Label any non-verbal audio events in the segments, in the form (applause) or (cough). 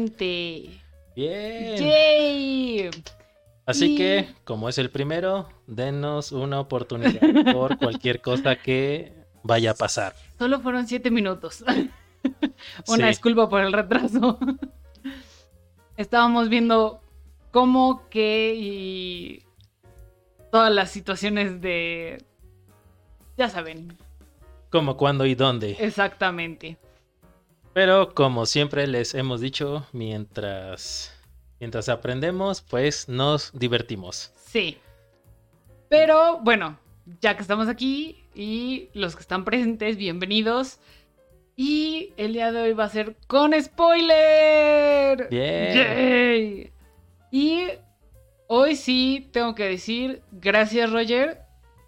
Leyente. Bien. ¡Yay! Así Y- que, como es el primero, denos una oportunidad (laughs) por cualquier cosa que vaya a pasar. Solo fueron siete minutos. (laughs) Una Sí, disculpa por el retraso. (laughs) Estábamos viendo cómo, qué y todas las situaciones de... Ya saben, Como, cuándo y dónde. exactamente. Pero como siempre les hemos dicho, mientras mientras aprendemos, pues nos divertimos. Sí. Pero bueno, ya que estamos aquí y los que están presentes, bienvenidos. Y el día de hoy va a ser con spoiler. Bien. ¡Yay! Y hoy sí tengo que decir gracias Roger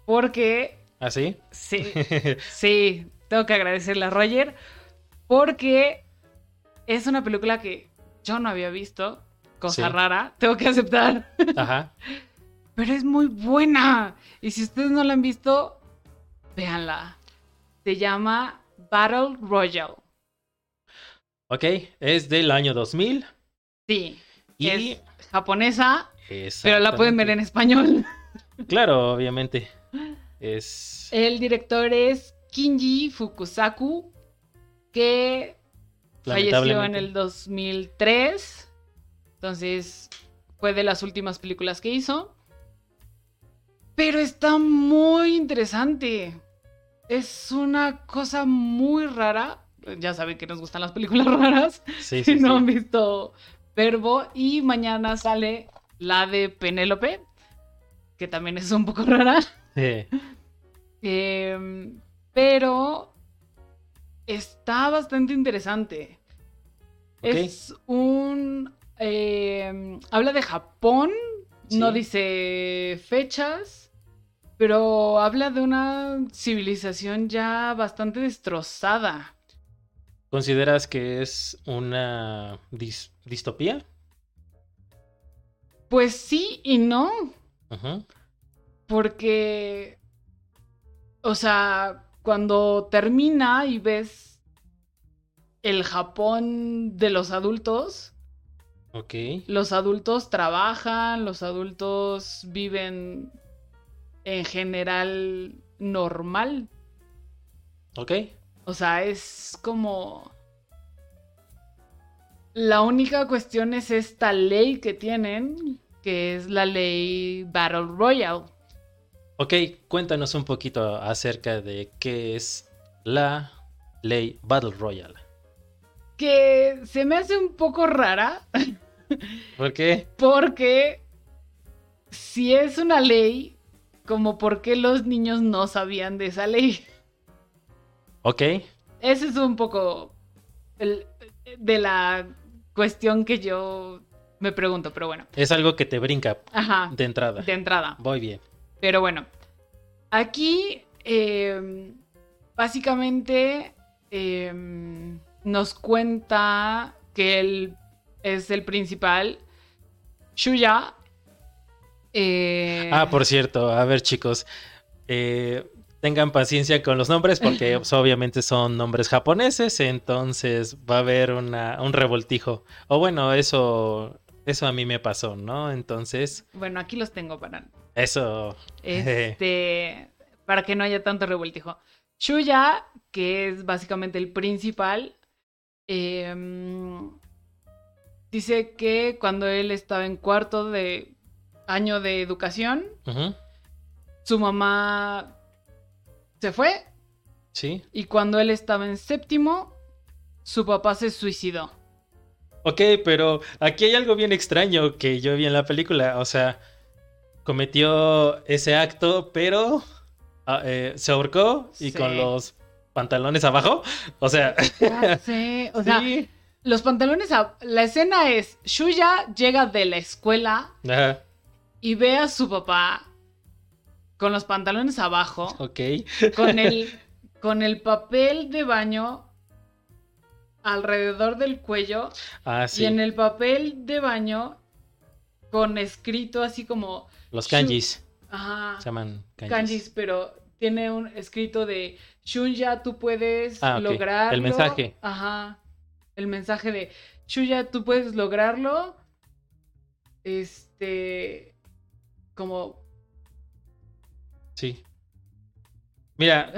porque (laughs) ¿Así? sí, sí, tengo que agradecerle a Roger porque es una película que yo no había visto, cosa Sí. rara, tengo que aceptar. Ajá. Pero es muy buena. Y si ustedes no la han visto, véanla. Se llama Battle Royale. Ok, es del año 2000 Sí, y... es japonesa, pero la pueden ver en español. Claro, obviamente. Es... El director es Kinji Fukusaku, que falleció en lamentablemente- el 2003. Entonces, fue de las últimas películas que hizo. Pero está muy interesante. Es una cosa muy rara. Ya saben que nos gustan las películas (laughs) raras. Sí, Si (laughs) sí, no sí. han visto Verbo. Y mañana sale la de Penélope, que también es un poco rara. Eh, Em, pero está bastante interesante. Ok. Es un... em, habla de Japón, no Sí. dice fechas, pero habla de una civilización ya bastante destrozada. ¿Consideras que es una dis- distopía? Pues sí y no, Ujú. Porque, o sea, cuando termina y ves el Japón de los adultos, Ok. los adultos trabajan, los adultos viven en general normal. Ok. O sea, es como... La única cuestión es esta ley que tienen, que es la ley Battle Royale. Ok, cuéntanos un poquito acerca de qué es la ley Battle Royale. que se me hace un poco rara (laughs) ¿Por qué? porque si es una ley, como por qué los niños no sabían de esa ley. Ok. Ese es un poco el- de la cuestión que yo me pregunto, pero bueno. Es algo que te brinca Ajá, de entrada. de entrada. Voy bien. Pero bueno, aquí eh, básicamente eh, nos cuenta que él es el principal, Shuya. eh, Ah, por cierto, a ver chicos, eh, tengan paciencia con los nombres porque pues, obviamente son nombres japoneses, entonces va a haber una, un revoltijo. O bueno, eso, eso a mí me pasó, ¿no? Entonces, Bueno, aquí los tengo para, eso, este, para que no haya tanto revoltijo. Shuya, que es básicamente el principal, eh, dice que cuando él estaba en cuarto de año de educación, ujú, su mamá se fue sí. y cuando él estaba en séptimo, su papá se suicidó. Ok, pero aquí hay algo bien extraño que yo vi en la película, o sea, cometió ese acto, pero ah, eh, se ahorcó y Sí. con los pantalones abajo, o sea... Ya sé, (laughs) o sea, sí. los pantalones, a- la escena es, Shuya llega de la escuela Ajá. y ve a su papá con los pantalones (laughs) abajo, Ok, con el, con el papel de baño alrededor del cuello ah, sí, y en el papel de baño con escrito así como, los kanjis ajá, se llaman kanjis. kanjis, pero tiene un escrito de Shunya, tú puedes Ah, ok. El lograrlo. mensaje. Ajá. El mensaje de Chuya, tú puedes lograrlo. Este. Como. Sí. Mira,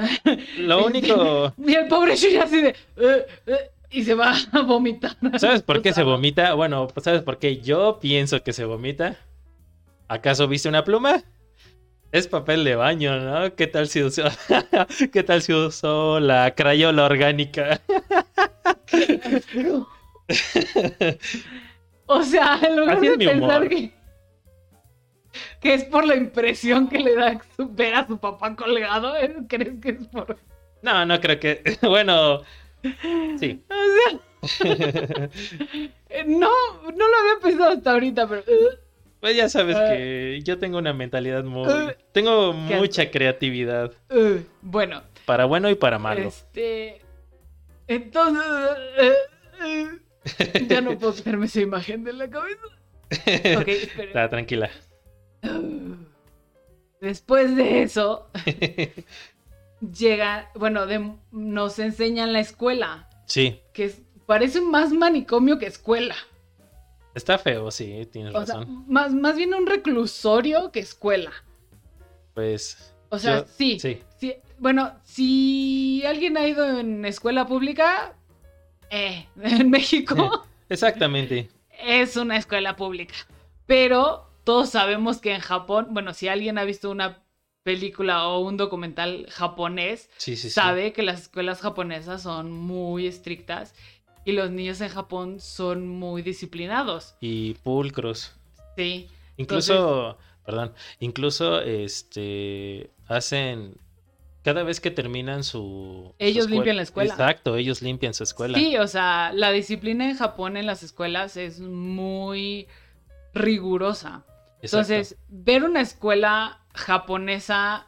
lo único. Y el pobre Shuya así de. "Eh, eh", y se va (laughs) a vomitar. ¿Sabes por qué se vomita? Bueno, ¿sabes por qué yo pienso que se vomita? ¿Acaso viste una pluma? Es papel de baño, ¿no? ¿Qué tal si usó, (laughs) ¿Qué tal si usó la crayola orgánica? (laughs) O sea, en lugar Así de es mi humor. pensar que. Que es por la impresión que le da su- ver a su papá colgado, ¿eh? ¿crees que es por.? No, no creo que. (laughs) Bueno, sí. O sea, eh, no, no lo había pensado hasta ahorita, pero. eh, Pues ya sabes Ah. que yo tengo una mentalidad muy. Ah. Tengo ¿Qué mucha creatividad. eh, bueno, Para bueno y para malo. Este. Entonces. eh, eh, ya no (laughs) puedo quitarme esa imagen de la cabeza. Ok, espera. Está tranquila. Después de (laughs) eso, llega. Bueno, de- nos enseñan la escuela. sí, Que es- parece más manicomio que escuela. está feo, sí, tienes O sea, razón. más, más bien un reclusorio que escuela. Pues. O sea, Yo- sí, Sí. sí. Bueno, si alguien ha ido en escuela pública, eh, (laughs) en México. (laughs) Exactamente. es una escuela pública. Pero todos sabemos que en Japón, bueno, si alguien ha visto una película o un documental japonés, Sí, sí, sí. sabe que las escuelas japonesas son muy estrictas y los niños en Japón son muy disciplinados. Y pulcros. Sí, Incluso, perdón, incluso este hacen cada vez que terminan su su Ellos escuela- limpian la escuela. Exacto, ellos limpian su escuela. sí, o sea, la disciplina en Japón en las escuelas es muy rigurosa. Exacto. Entonces, ver una escuela japonesa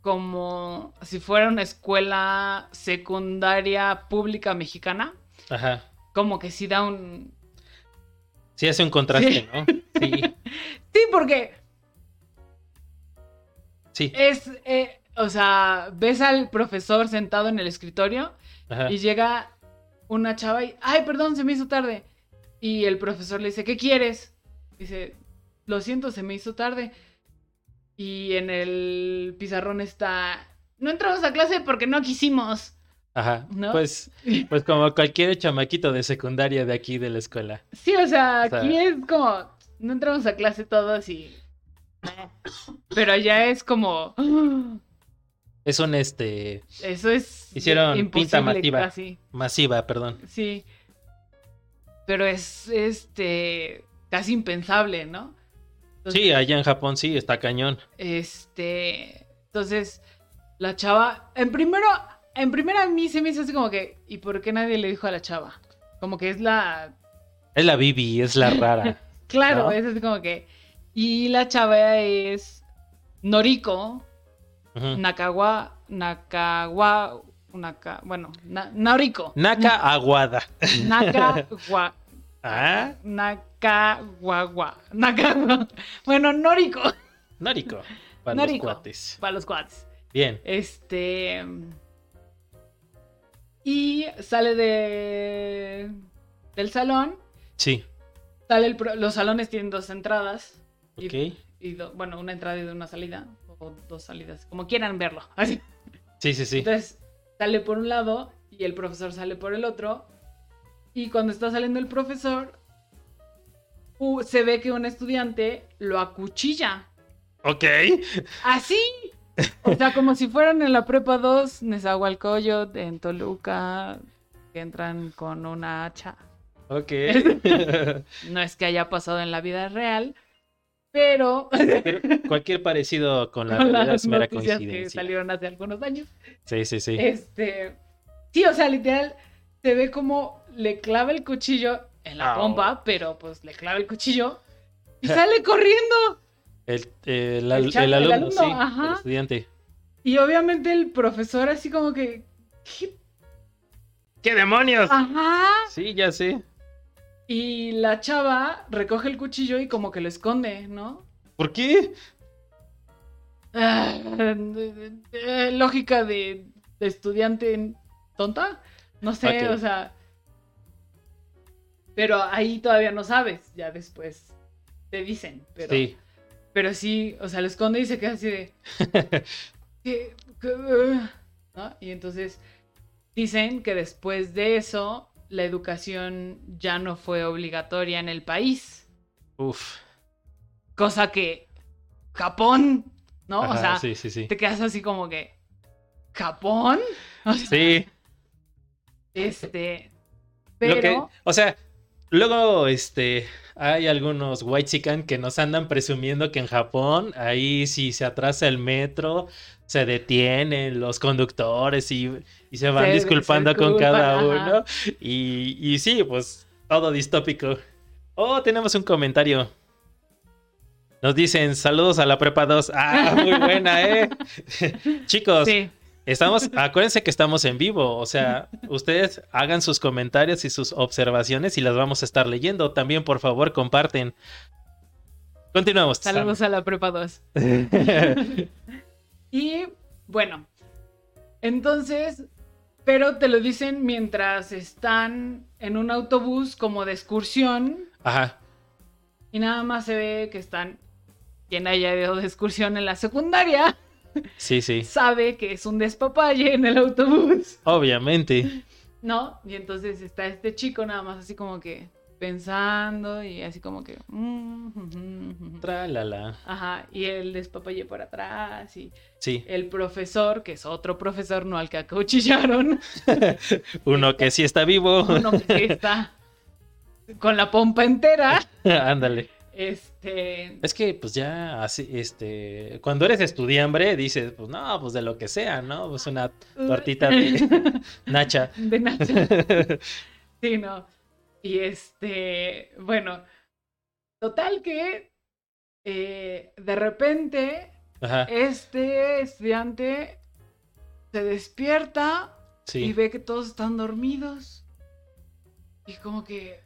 como si fuera una escuela secundaria pública mexicana, ajá. como que sí da un... Sí hace un contraste, Sí. ¿no? Sí, Sí, porque sí, es, eh, o sea, ves al profesor sentado en el escritorio (laughs) (laughs) ajá. y llega una chava y, ay, perdón, se me hizo tarde. Y el profesor le dice, ¿qué quieres? Dice, lo siento, se me hizo tarde. Y en el pizarrón está, no entramos a clase porque no quisimos. ajá. ¿no? Pues, pues como cualquier chamaquito de secundaria de aquí de la escuela. Sí, o sea, O sea- aquí es como, no entramos a clase todos (coughs) y... Pero allá es como, ¡ah! Es un este eso es Hicieron pinta imposible masiva. casi, masiva, perdón. sí. Pero es, este, casi impensable, ¿no? Entonces, Sí, allá en Japón sí está cañón. Este, entonces, la chava, en primero, en primera a mí se me hizo así como que, ¿y por qué nadie le dijo a la chava? Como que es la Es la Bibi, (laughs) es la rara. Claro, ¿no? es así como que. Y la chava es Noriko Ujú. Nakawa. Nakawa. Naka, bueno, na- Noriko. Naka Aguada. (laughs) Nakawa. Ah, Nakawawa. Nakawa. Bueno, Noriko. (laughs) Noriko. Para los Noriko. cuates. Para los cuates. Bien. Este. Y sale de. del salón. Sí. Sale el pro- los salones tienen dos entradas. Y- Ok. y do- bueno, una entrada y una salida, o dos salidas, como quieran verlo. (laughs) Así. Sí, sí, sí. Entonces, sale por un lado y el profesor sale por el otro. Y cuando está saliendo el profesor, u- se ve que un estudiante lo acuchilla. Ok. Así. O sea, como si fueran en la prepa 2, Nezahualcóyotl, en Toluca, que entran con una hacha. (laughs) Ok. No es que haya pasado en la vida real, pero (laughs) Cualquier parecido con la (laughs) con realidad las es mera noticias que coincidencia. salieron hace algunos años. Sí, sí, sí. Este. Sí, o sea, literal, se ve como le clava el cuchillo en la Au. pompa, pero pues le clava el cuchillo y sale corriendo. El, el, el al- chavo, el el alumno, alumno, sí. ajá. El estudiante. Y obviamente el profesor, así como que. "¿Qué? ¡Qué demonios! Ajá. Sí, ya sé. Y la chava recoge el cuchillo y como que lo esconde, ¿no? ¿Por qué? Ah, eh, Lógica de, de estudiante tonta. No sé, Ok. o sea. Pero ahí todavía no sabes, ya después te dicen. Pero, Sí. pero sí, o sea, lo esconde y se queda así de... ¿qué- qué, eh? ¿no? Y entonces dicen que después de eso, la educación ya no fue obligatoria en el país. Uf. Cosa que Japón, ¿no? o Ajá, sea, sí, sí, sí. te quedas así como que... ¿Japón? O sea, Sí. Este... (laughs) Lo Pero... que- o sea, luego este hay algunos whitezican que nos andan presumiendo que en Japón ahí si se atrasa el metro se detienen los conductores y, y se van Se- disculpando se con cada disculpan, ajá. uno y, y sí, pues todo distópico. Oh, tenemos un comentario. Nos dicen saludos a la prepa 2. Ah, muy (laughs) buena, eh. Chicos, Sí, Estamos, acuérdense que estamos en vivo, o sea, ustedes hagan sus comentarios y sus observaciones y las vamos a estar leyendo. También, por favor, comparten. Continuamos. Sam. saludos a la prepa (laughs) 2. Y bueno, entonces, pero te lo dicen mientras están en un autobús como de excursión Ajá. y nada más se ve que están, quien haya ido de excursión en la secundaria, Sí, sí. sabe que es un despapalle en el autobús, Obviamente. ¿no? Y entonces está este chico nada más así como que pensando y así como que... mm, ujú, ujú. Tra, la, la. Ajá, y el despapalle por atrás y Sí. el profesor, que es otro profesor, no al que acuchillaron, (laughs) Uno que sí está vivo. (laughs) uno que está con la pompa entera, Ándale. este, Es que, pues ya, así, este. Cuando eres estudiambre, dices, pues no, pues de lo que sea, ¿no? Pues una tortita de nacha. (laughs) (laughs) de Nacho, sí, no. Y este, bueno, total que eh, de repente Ajá. este estudiante se despierta y Sí. ve que todos están dormidos. Y como que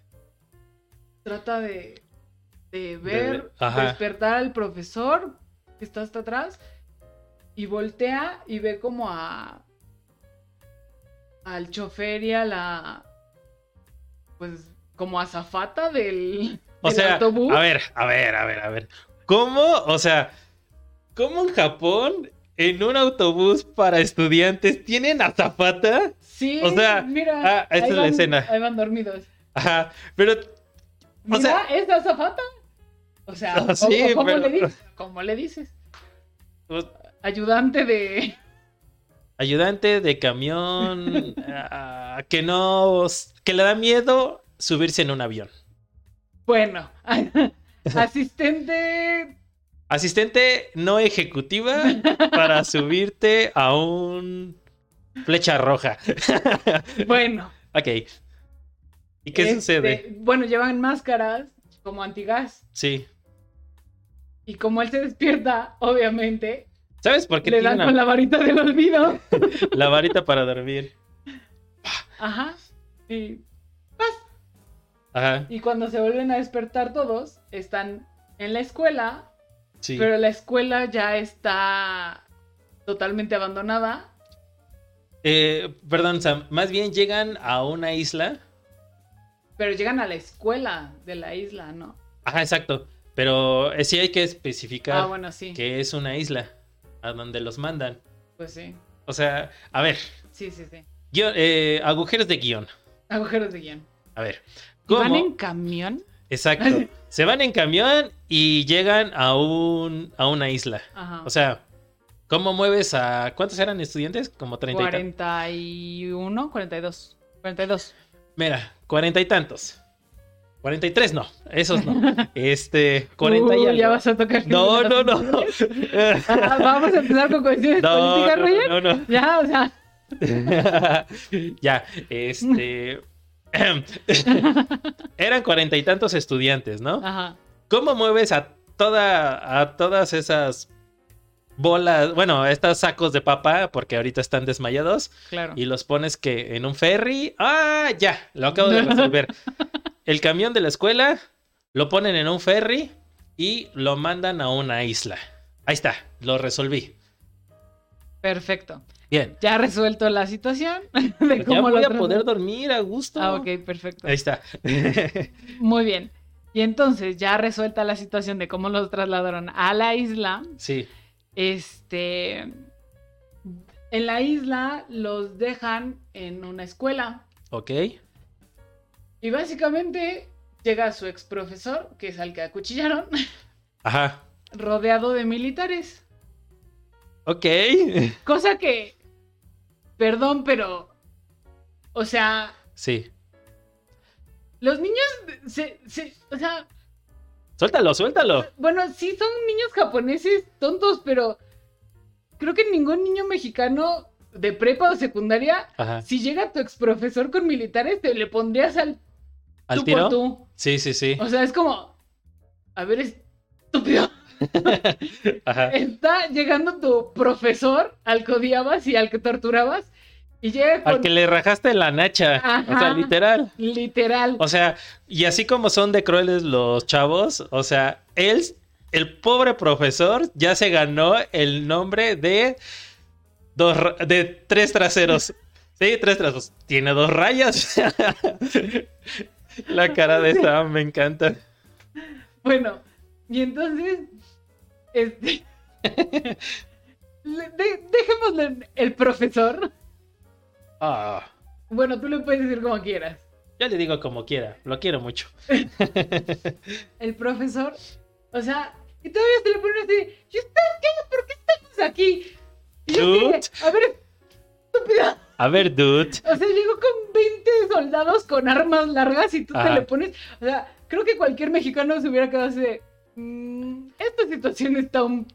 trata de, de ver, ajá. despertar al profesor que está hasta atrás. Y voltea y ve como a al chofer y a la pues como azafata del, O del sea, autobús. a ver, a ver, a ver, a ver. ¿Cómo? O sea, ¿cómo en Japón, en un autobús para estudiantes, tienen azafata? sí, o sea, mira, ah, esa ahí es la van- escena. Ahí van dormidos. Ajá, pero, Mira, sea- es la azafata. O sea, (laughs) Ah, o- o sí, ¿cómo, pero- le dices? ¿cómo le dices? pues, ayudante de. (laughs) ayudante de (laughs) camión ah, que no, que le da miedo subirse en un avión. Bueno, (laughs) asistente. Asistente no ejecutiva (laughs) para subirte a un flecha roja. Bueno. Ok. ¿Y qué este, sucede? Bueno, llevan máscaras como antigas. Sí. Y como él se despierta, obviamente, ¿Sabes por qué le dan tienen a- con la varita del (laughs) olvido. la varita para dormir? Ajá. Y, Ajá. y cuando se vuelven a despertar todos, están en la escuela, Sí. pero la escuela ya está totalmente abandonada. Eh, perdón, Sam. Más bien llegan a una isla. Pero llegan a la escuela de la isla, ¿no? Ajá, exacto. Pero eh, sí hay que especificar Ah, bueno, sí. que es una isla a donde los mandan. Pues sí. O sea, a ver, Sí, sí, sí. guión- eh, agujeros de guión. Agujeros de guión. A ver, ¿Y ¿Van ¿cómo? en camión? Exacto. (laughs) Se van en camión y llegan a, un, a una isla. Ajá. O sea, ¿cómo mueves a. ¿Cuántos eran estudiantes? Como treinta y tantos. 41, 42. 42. Mira, cuarenta y tantos. Cuarenta y tres, no. Esos (laughs) no. Este, cuarenta y Uy, algo. Uh, ya vas a tocar. (laughs) No, no, no. no. Ah, Vamos a empezar con cuestiones No, políticas, Roger. no, (laughs) no, no. Ya, o sea, ya, este. (clears throat) Eran cuarenta y tantos estudiantes, ¿no? ajá. ¿Cómo mueves a toda. a todas esas bolas. Bueno, estos sacos de papa, porque ahorita están desmayados. Claro. Y los pones que en un ferry. ¡Ah! Ya, lo acabo de resolver. El camión de la escuela lo ponen en un ferry y lo mandan a una isla. Ahí está, lo resolví. Perfecto. Bien. Ya resuelto la situación. (laughs) De Pues ya cómo lo voy a trató. poder dormir a gusto. Ah, ok, perfecto. Ahí está. (laughs) Muy bien. Y entonces, ya resuelta la situación de cómo los trasladaron a la isla, sí. este. En la isla los dejan en una escuela. Ok. Y básicamente llega su ex profesor, que es al que acuchillaron, (laughs) Ajá. rodeado de militares. Ok. Cosa que. Perdón, pero. O sea, Sí. los niños. Se, se- o sea, Suéltalo, suéltalo. bueno, sí son niños japoneses tontos, pero. Creo que ningún niño mexicano de prepa o secundaria. Ajá. Si llega tu ex profesor con militares, te le pondrías al ¿Al tú tiro? por tú. Sí, sí, sí. O sea, es como. A ver, (laughs) estúpido. Ajá. Está llegando tu profesor al que odiabas y al que torturabas. Y llega con. Al que le rajaste la nacha. O Ajá. sea, literal. Literal. O sea, y así como son de crueles los chavos, o sea, él, el pobre profesor, ya se ganó el nombre de dos ra- de (laughs) tres traseros. Sí, tres traseros. Tiene dos rayas. (laughs) La cara de esta me encanta. Bueno, y entonces, este, (laughs) le- de- dejémoslo en el profesor. Ah, Bueno, tú le puedes decir como quieras. yo le digo como quiera, lo quiero mucho. El profesor, o sea, y todavía se le ponen así, ¿y ustedes qué? ¿Por qué estamos aquí? Y yo así de, a ver, estúpida. A ver, dude. O sea, llegó con 20 soldados con armas largas y tú te Ajá. le pones. O sea, creo que cualquier mexicano se hubiera quedado así de. "Mm, esta situación está un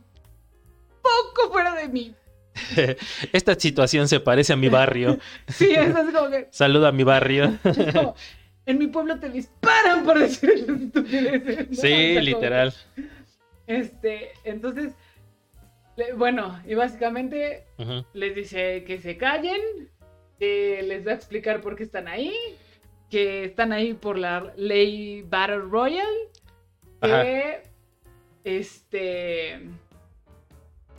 poco fuera de mí. Esta situación se parece a mi barrio. (laughs) Sí, es así como que. Saluda a (laughs) mi barrio. Es como, en mi pueblo te disparan por decir esas estupideces. ¿no? O sea, Sí, como- literal. Este, entonces, le- bueno, y básicamente Ujú. les dice que se callen, que les va a explicar por qué están ahí, que están ahí por la ley Battle Royale, que este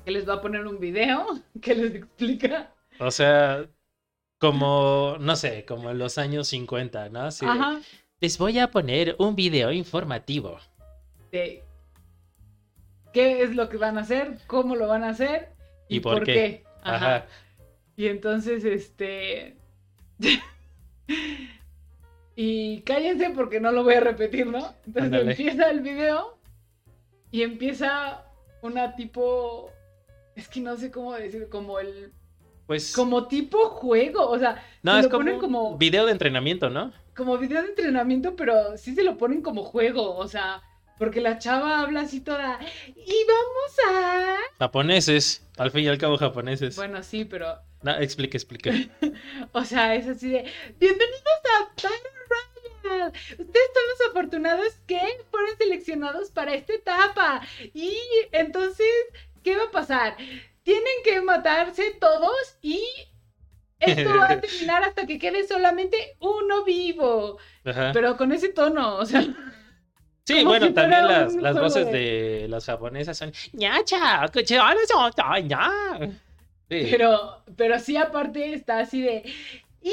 que les va a poner un video (laughs) que les explica. O sea, como, no sé, como en los años 50, ¿no? Así de, Ajá. Les voy a poner un video informativo. de qué es lo que van a hacer, cómo lo van a hacer y, por, qué. Ajá. Ajá. Y entonces, este... (laughs) y cállense porque no lo voy a repetir, ¿no? Entonces Ándale. empieza el video y empieza una tipo... Es que no sé cómo decir, como el... Pues, Como tipo juego, o sea, no, se es lo como, ponen un como- video de entrenamiento, ¿no? como video de entrenamiento, pero sí se lo ponen como juego, o sea, porque la chava habla así toda... Y vamos a... Japoneses, al fin y al cabo japoneses. Bueno, sí, pero, No, explica, explica. (laughs) o sea, es así de, bienvenidos a Battle Royale. Ustedes son los afortunados que fueron seleccionados para esta etapa. Y entonces, ¿qué va a pasar? Tienen que matarse todos y esto va a terminar hasta que quede solamente uno vivo. Ajá. Pero con ese tono, o sea, Sí, como bueno, si fuera también las, un las juego voces de- de las japonesas son... "Ñacha, coche, ahora son- ah, ña". Sí. pero, pero sí aparte está así de... Y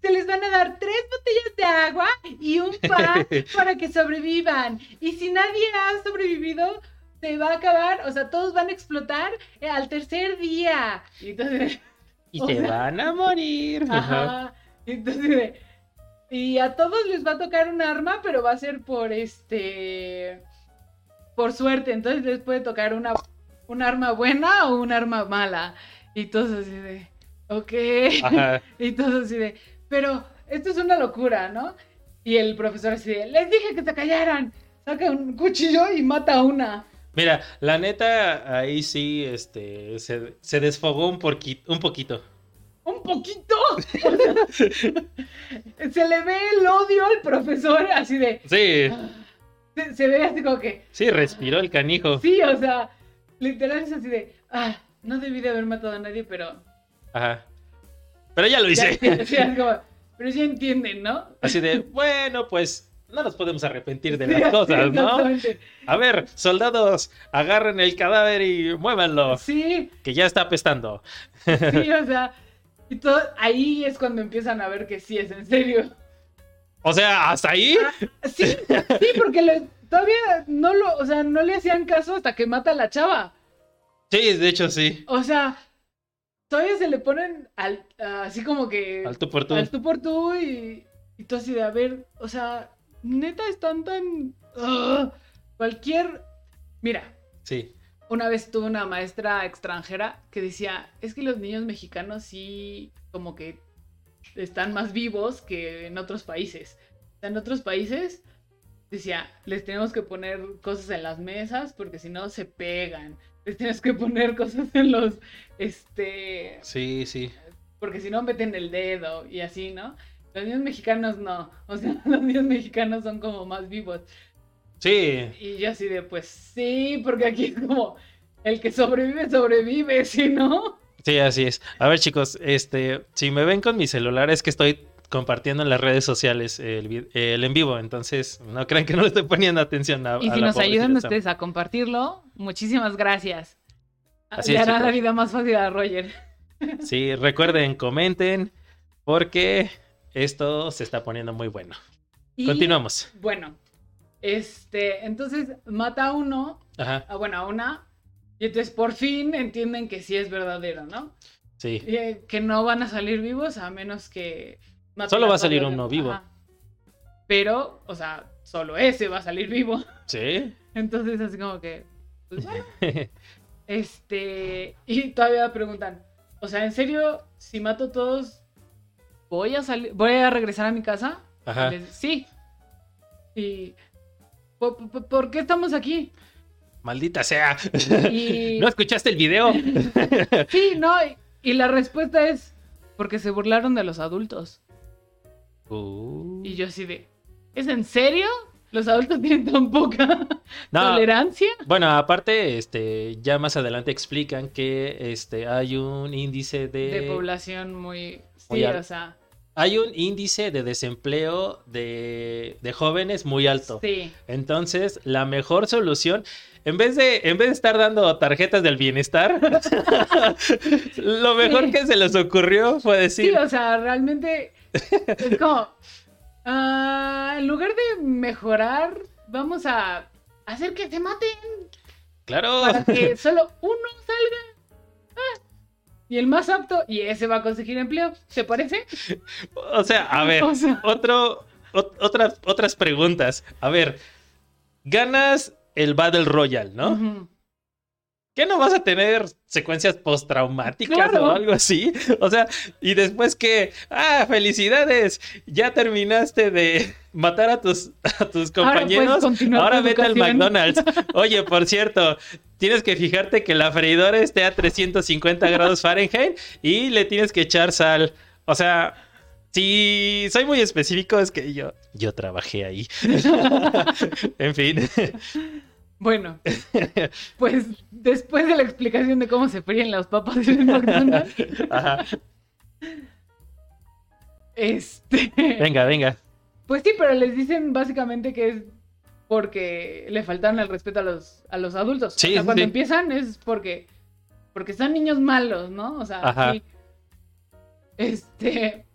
se les van a dar tres botellas de agua y un pan para que sobrevivan. Y si nadie ha sobrevivido, se va a acabar, o sea, todos van a explotar eh, al tercer día. Y entonces, y o se sea- van a morir. Ajá. ajá. Y entonces, eh, y a todos les va a tocar un arma, pero va a ser por este. Por suerte, entonces les puede tocar una, un arma buena o un arma mala. Y todos así de. Ok. Ajá. (laughs) Y todos así de, pero esto es una locura, ¿no? Y el profesor así de, les dije que se callaran. Saca un cuchillo y mata a una. Mira, la neta, ahí sí, este, se, se desfogó un, porqui- un poquito. Un poquito. (laughs) se le ve el odio al profesor así de... Sí, Se, se ve así como que... sí, respiró el canijo. Sí, o sea, literal es así de... Ah, no debí de haber matado a nadie, pero... Ajá. Pero ya (laughs) lo ya hice. entiendo", sí, así como, pero ya entienden, ¿no? Así de, bueno, pues no nos podemos arrepentir de las sí, cosas, ¿no? A ver, soldados, agarren el cadáver y muévanlo. Sí. Que ya está apestando. Sí, o sea, y todo, ahí es cuando empiezan a ver que sí es en serio. O sea, hasta ahí. Ah, sí, sí, porque lo, todavía no lo, o sea, no le hacían caso hasta que mata a la chava. Sí, de hecho sí. O sea, todavía se le ponen al, así como que. Al tú por tú. Al tú por tú y, y tú así de, a ver, o sea, neta están tan. Ugh. cualquier. Mira. Sí. Una vez tuve una maestra extranjera que decía: Es que los niños mexicanos sí, como que están más vivos que en otros países. En otros países, decía: Les tenemos que poner cosas en las mesas porque si no se pegan. Les tienes que poner cosas en los. Este. Sí, sí. Porque si no, meten el dedo y así, ¿no? Los niños mexicanos no. O sea, (laughs) los niños mexicanos son como más vivos. Sí. Y yo así de, pues sí, porque aquí es como el que sobrevive, sobrevive, (laughs) ¿sí no? Sí, así es. A ver, chicos, este, si me ven con mi celular es que estoy compartiendo en las redes sociales el, el en vivo, entonces no crean que no le estoy poniendo atención a Y si a nos ayudan ustedes a compartirlo, muchísimas gracias. Así Le es, hará la chicos. vida más fácil a Roger. Sí, recuerden, comenten, porque esto se está poniendo muy bueno. Y, Continuamos. Bueno, este, entonces mata a uno, Ajá, a, bueno, a una, y entonces por fin entienden que sí es verdadero, ¿no? sí. Eh, que no van a salir vivos a menos que... maten Solo va a todos salir los- uno vivo. Ajá. Pero, o sea, solo ese va a salir vivo. (laughs) Sí. Entonces, así como que... pues, (laughs) bueno. este... Y todavía preguntan, o sea, ¿en serio, si mato a todos, voy a salir, voy a regresar a mi casa? Ajá. Les- sí. Y... "¿Po- po- po- ¿Por qué estamos (laughs) aquí? Maldita sea. Y... ¿No escuchaste (laughs) el video? Sí, no. y- y la respuesta es porque se burlaron de los adultos. Uh. Y yo así de, ¿es en serio? ¿Los adultos (laughs) tienen tan poca No, tolerancia? bueno, aparte, este, ya más adelante explican que este, hay un índice de, De población muy... Eh, muy Sí, al- o sea, hay un índice de desempleo de, de jóvenes muy alto. sí. Entonces, la mejor solución, en vez de, en vez de estar dando tarjetas del bienestar, (laughs) lo mejor Sí. que se les ocurrió fue Sí, decir, o sea, realmente es como... ah, en lugar de mejorar, vamos a hacer que se maten claro, para (laughs) que solo uno salga. Ah, y el más apto, y ese va a conseguir empleo. ¿Te parece? o sea, a (laughs) ver, O sea, otro, ot- otras, otras preguntas. A ver, ganas el Battle Royale, ¿no? ujú. ¿Qué no vas a tener secuencias postraumáticas Claro. o algo así? O sea, y después que, ah, felicidades, ya terminaste de matar a tus, a tus Ahora, compañeros. puedes continuar Ahora tu vete al educación. (laughs) McDonald's. Oye, por cierto, tienes que fijarte que la freidora esté a 350 grados Fahrenheit y le tienes que echar sal. O sea, si soy muy específico, es que yo, yo trabajé ahí. (laughs) en fin. (laughs) Bueno, pues después de la explicación de cómo se fríen las papas en el (laughs) McDonald's, Ajá. este, (laughs) Venga, venga. pues sí, pero les dicen básicamente que es porque le faltaron el respeto a los, a los adultos. Sí, O sea, sí, cuando sí. empiezan es porque, porque son niños malos, ¿no? O sea, Ajá. sí. Este,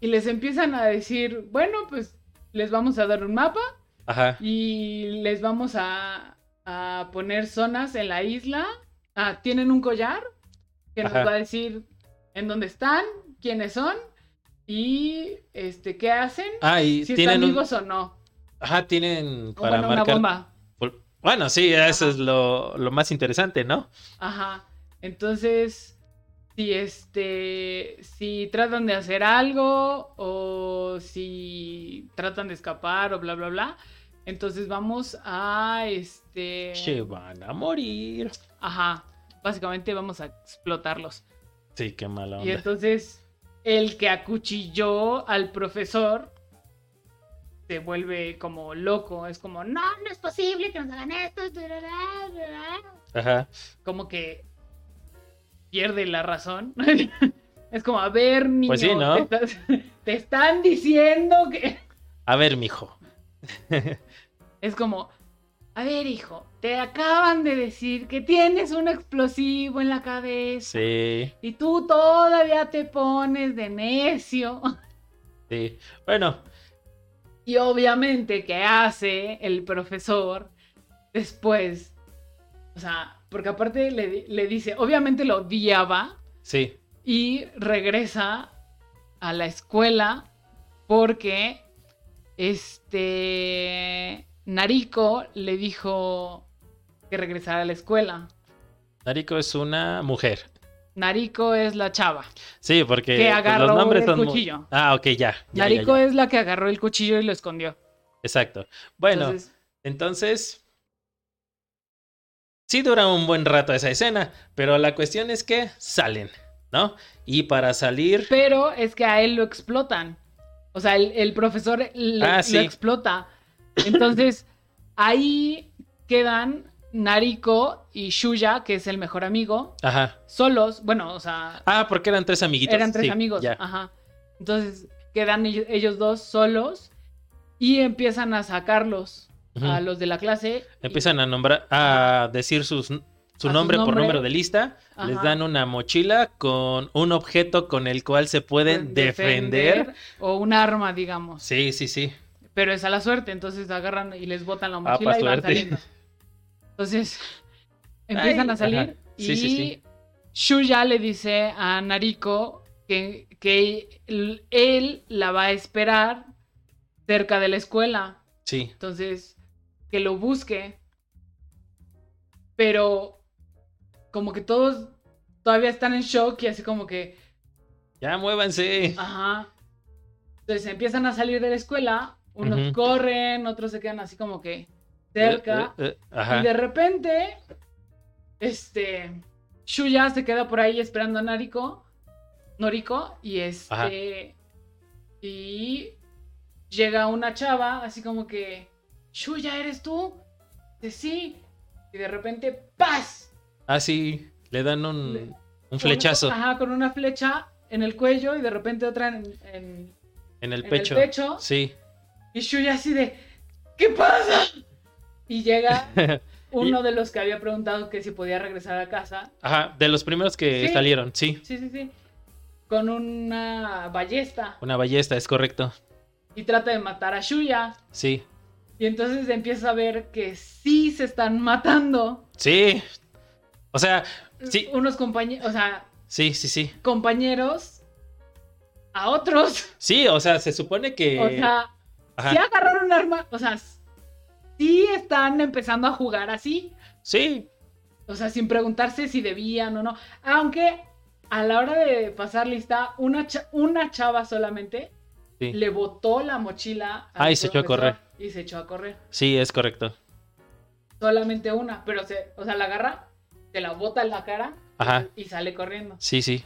y les empiezan a decir, bueno, pues les vamos a dar un mapa. Ajá. Y les vamos a, a poner zonas en la isla. Ah, tienen un collar que nos Ajá. va a decir en dónde están, quiénes son y este qué hacen, Ah, y si están tienen un- vivos o no. Ajá, tienen O para bueno, una marcar. bomba. pul- Bueno, sí, eso Ajá. es lo, lo más interesante, ¿no? Ajá. Entonces, si este si tratan de hacer algo o si tratan de escapar o bla bla bla, entonces vamos a este Se van a morir. Ajá. Básicamente vamos a explotarlos. Sí, qué mala Y onda. entonces el que acuchilló al profesor se vuelve como loco. Es como, no, no es posible que nos hagan esto. Ajá. Como que pierde la razón. (laughs) Es como, a ver, niño, (laughs) Pues sí, ¿no? te, estás- te están diciendo que... (laughs) A ver, mijo, es como, a ver, hijo, te acaban de decir que tienes un explosivo en la cabeza. Sí, Y tú todavía te pones de necio. sí. Bueno, Y obviamente, ¿qué hace el profesor después? O sea, porque aparte le, di- le dice, obviamente lo odiaba sí. y regresa a la escuela porque este Nariko le dijo que regresara a la escuela. Nariko es una mujer. Nariko es la chava. Sí, porque Que pues, agarró los nombres el son muy- cuchillo. Ah, ok, ya. ya, ya, Nariko ya. es la que agarró el cuchillo y lo escondió. Exacto. Bueno, entonces... Entonces, Sí dura un buen rato esa escena, pero la cuestión es que salen, ¿no? Y para salir... pero es que a él lo explotan. O sea, el, el profesor le- Ah, lo sí. explota. Entonces, (laughs) ahí quedan Nariko y Shuya, que es el mejor amigo, Ajá. solos. Bueno, o sea, Ah, porque eran tres amiguitos. Eran tres sí, amigos. Ah, ya. Ajá. Entonces quedan ellos, ellos dos solos y empiezan a sacarlos Ujú. a los de la clase. y- Empiezan a nombrar, a decir sus, su sus nombre por nombres. número de lista. Les Ajá. dan una mochila con un objeto con el cual se pueden defender. O un arma, digamos. Sí, sí, sí. Pero es a la suerte, entonces agarran y les botan la Ah, pa' mochila y van suerte. saliendo. (laughs) Entonces empiezan Ay, a salir ajá. Sí, y sí, sí. Shuya le dice a Nariko que, que él- él la va a esperar cerca de la escuela. Sí. Entonces, que lo busque. Pero como que todos todavía están en shock y así como que, Ya muévanse. Ah, ajá. Entonces empiezan a salir de la escuela, unos Ujú. corren, otros se quedan así como que cerca. Eh, eh, eh, ajá. Y de repente, este, Shuya se queda por ahí esperando a Nariko, Noriko, y este, Ajá. y llega una chava, así como que, Shuya, ¿eres tú? Dice, sí. Y de repente, ¡paz! Ah, sí. Le dan Le- un, un flechazo Con- ajá, con una flecha en el cuello y de repente otra en, en- en el en pecho. el pecho. Sí. Y Shuya así de, ¿qué pasa? Y (laughs) llega uno de los que había preguntado que si podía regresar a casa. Ajá. De los primeros que Sí. salieron, sí. Sí, sí, sí. Con una ballesta. Una ballesta, es correcto. Y trata de matar a Shuya. Sí. Y entonces empieza a ver que sí se están matando. Sí. O sea, sí, Unos compañeros, o sea, sí, sí, sí. compañeros a otros. Sí, o sea, se supone que. O sea, Eh, Ajá. sí agarraron un arma. O sea, sí están empezando a jugar así. Sí, O sea, sin preguntarse si debían o no. Aunque a la hora de pasar lista, una, cha- una chava solamente Sí. le botó la mochila. al Ah, y se echó a profesor Y se echó a correr. sí, es correcto. Solamente una, pero se, o sea, la agarra, te la bota en la cara Ajá. y sale corriendo. Sí, sí.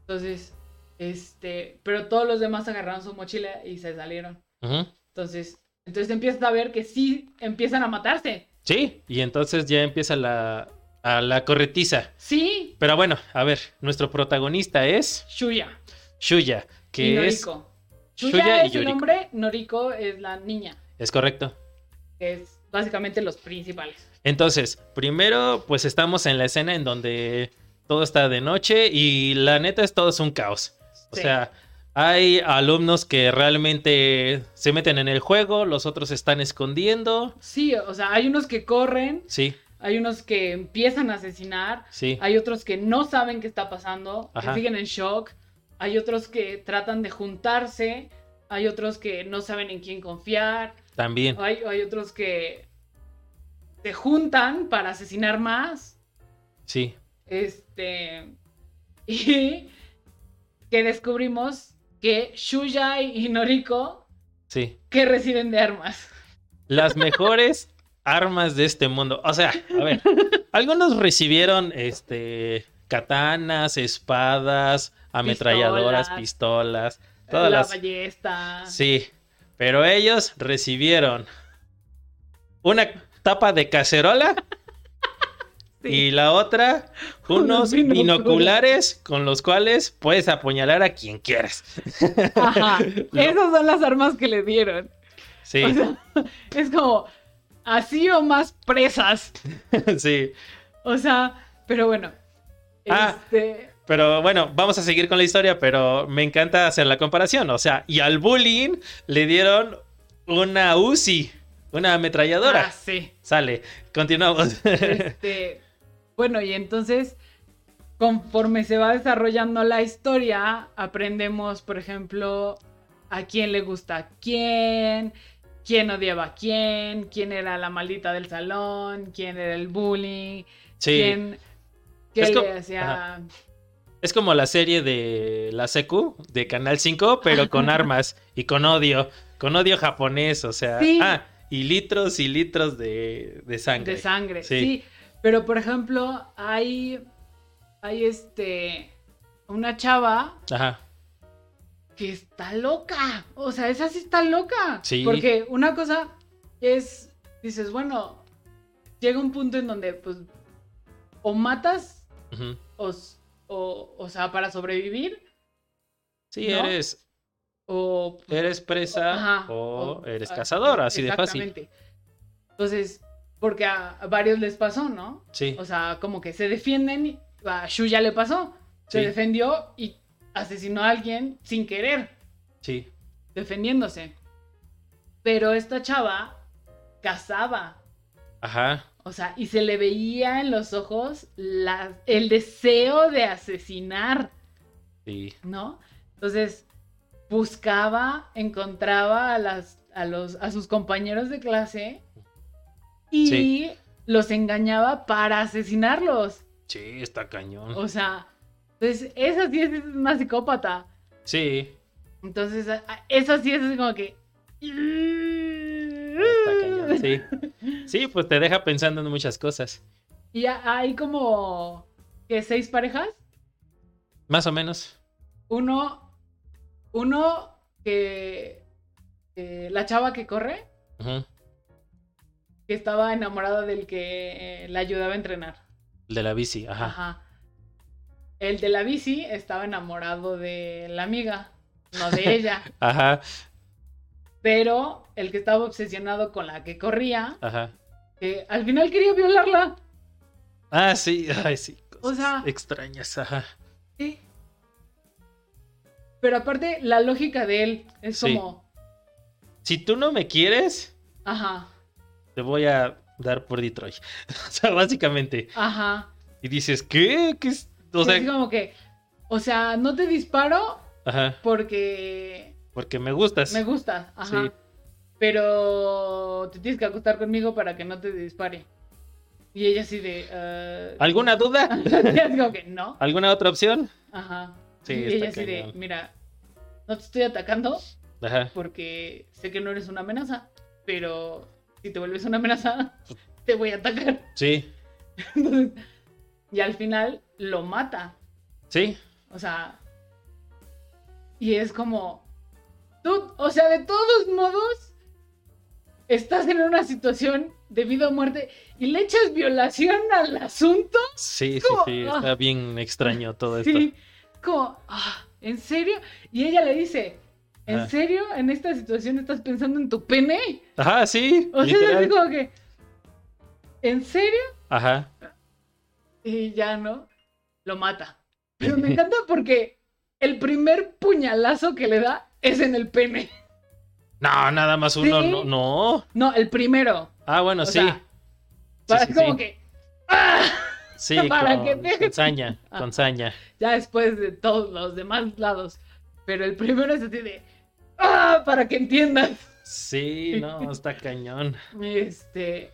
Entonces, este, pero todos los demás agarraron su mochila y se salieron. Ujú. Entonces, entonces empiezas a ver que sí empiezan a matarse. Sí, y entonces ya empieza la, a la corretiza. Sí, Pero bueno, a ver, nuestro protagonista es Shuya Shuya, y que es... Noriko. Shuya Shuya, y es el Yoriko. hombre, Noriko es la niña, Es correcto. que es básicamente los principales. Entonces, primero, pues estamos en la escena en donde todo está de noche y la neta es todo es un caos. O Sí. sea, hay alumnos que realmente se meten en el juego, los otros se están escondiendo. Sí, o sea, hay unos que corren, Sí, hay unos que empiezan a asesinar, sí. Hay otros que no saben qué está pasando, Ajá. que siguen en shock. Hay otros que tratan de juntarse. Hay otros que no saben en quién confiar. También. Hay, hay otros que se juntan para asesinar más. Sí. Este. (laughs) Y que descubrimos que Shuya y Noriko Sí. que reciben de armas. las mejores armas de este mundo. O sea, a ver, algunos recibieron este katanas, espadas, ametralladoras, pistolas, todas la las ballesta. Sí, pero ellos recibieron una tapa de cacerola Sí. y la otra unos Unos binoculares. binoculares con los cuales puedes apuñalar a quien quieras. (laughs) Ajá. Lo- Esas son las armas que le dieron. Sí, O sea, (laughs) es como así o más presas. (laughs) sí. O sea, pero bueno. Ah. Este, Pero bueno, vamos a seguir con la historia, pero me encanta hacer la comparación. O sea, y al bullying le dieron una UCI, una ametralladora. ah, sí. Sale, continuamos. (laughs) Este, bueno, y entonces, conforme se va desarrollando la historia, aprendemos, por ejemplo, a quién le gusta a quién, quién odiaba a quién, quién era la maldita del salón, quién era el bully, sí. quién qué Es le como- hacía. Es como la serie de la secu de Canal 5, pero con armas y con odio, con odio japonés, o sea, Sí. ah, y litros y litros de, de sangre. De sangre, Sí. sí. Pero por ejemplo, hay. Hay este. Una chava Ajá. que está loca. O sea, esa sí está loca. Sí. Porque una cosa es. Dices, bueno. Llega un punto en donde, pues. O matas. ujú. O, s- o, o sea, para sobrevivir. Sí, ¿No? eres, O. eres presa Ajá, o, eres ah, cazador, así de fácil. exactamente. Entonces. Porque a a varios les pasó, ¿no? Sí, O sea, como que se defienden. y A Shu ya le pasó. Se Sí. defendió y asesinó a alguien sin querer, sí. defendiéndose. Pero esta chava cazaba. Ajá. O sea, y se le veía en los ojos la- el deseo de asesinar, Sí. ¿no? Entonces, buscaba, encontraba a, las, a, los, a sus compañeros de clase y Sí. los engañaba para asesinarlos. Sí, está cañón. O sea, entonces esa sí es una psicópata. Sí, Entonces, a- a- esa sí es como que. Mm. está cañón. Sí. Sí, pues te deja pensando en muchas cosas. (laughs) Y a- hay como que seis parejas. Más o menos. Uno, uno que, que la chava que corre, Ujú. que estaba enamorada del que eh, la ayudaba a entrenar. El de la bici, ajá. Ajá. El de la bici estaba enamorado de la amiga, no de (laughs) ella. Ajá, pero el que estaba obsesionado con la que corría ajá. que al final quería violarla. Ah, sí, ay, sí. sea- cosas extrañas, ajá. Sí. Pero aparte, la lógica de él es Sí. como, Si tú no me quieres, ajá, te voy a dar por Detroit. (laughs) O sea, básicamente. ajá. Y dices, ¿qué? ¿Qué es? O Sí, es sea, como que, o sea, no te disparo ajá, porque porque me gustas. me gusta, ajá. Pues, Sí. Pero te tienes que acostar conmigo para que no te dispare. Y ella así de, eh, (laughs) ¿Alguna duda? es como que no, ¿Alguna otra opción? ajá. Sí, y está ella así de, cañón. mira, no te estoy atacando, Ajá. porque sé que no eres una amenaza, pero si te vuelves una amenaza, (laughs) te voy a atacar. Sí, Entonces, y al final lo mata. sí, O sea, y es como, tú, o sea, de todos modos, estás en una situación de vida o muerte y le echas violación al asunto. sí, sí, ¿Cómo? Ah. sí. Está bien extraño todo esto. Sí, como, ah, ¿en serio? Y ella le dice, ¿en Ah. serio? ¿En esta situación estás pensando en tu pene? Ajá, sí. O sea, es literal. así como que. ¿En serio? Ajá. Y ya no. Lo mata. Pero me encanta porque el primer puñalazo que le da es en el pene. No, nada más uno, Sí. no, no. No, el primero. Ah, bueno, O sí. sea, Para- sí, es como sí. que. ¡ah! Sí, para con, que te- con saña, con saña. Ya después de todos los demás lados. Pero el primero es así de. ¡Ah! Para que entiendas. Sí, no, está cañón. Este.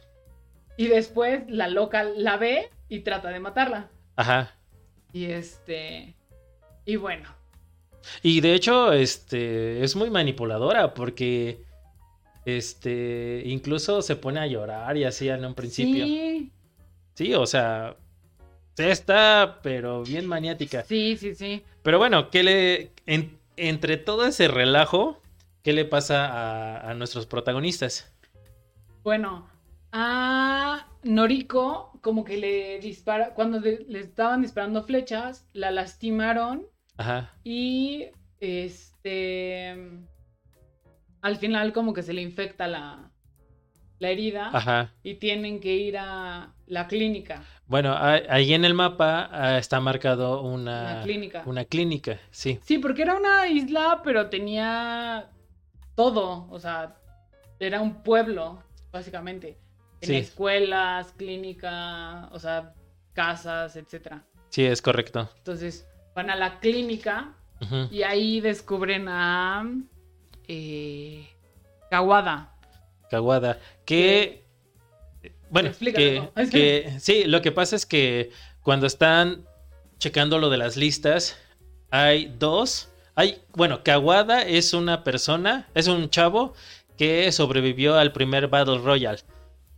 Y después la loca la ve y trata de matarla. Ajá. Y este. Y bueno. Y de hecho, este, es muy manipuladora porque, este, incluso se pone a llorar y así en un principio. Sí, Sí. o sea, se está, pero bien maniática. Sí, sí, sí. Pero bueno, ¿qué le, en- entre todo ese relajo, qué le pasa a, a nuestros protagonistas? Bueno, a Noriko como que le dispara, cuando le, le estaban disparando flechas, la lastimaron Ajá, y este al final como que se le infecta la, la herida Ajá. y tienen que ir a la clínica. Bueno, a- ahí en el mapa ah, está marcado La una, clínica. una clínica, sí. Sí, porque era una isla, pero tenía todo. O sea, era un pueblo, básicamente. Tenía Sí. escuelas, clínica, o sea, casas, etcétera. Sí, es correcto. Entonces, van a la clínica Ujú. y ahí descubren a eh, Kawada. Kawada. Que. Bueno, Explícalo, que- ¿no? que- sí, lo que pasa es que cuando están checando lo de las listas, hay dos. Hay, bueno, Kawada es una persona, es un chavo que sobrevivió al primer Battle Royale.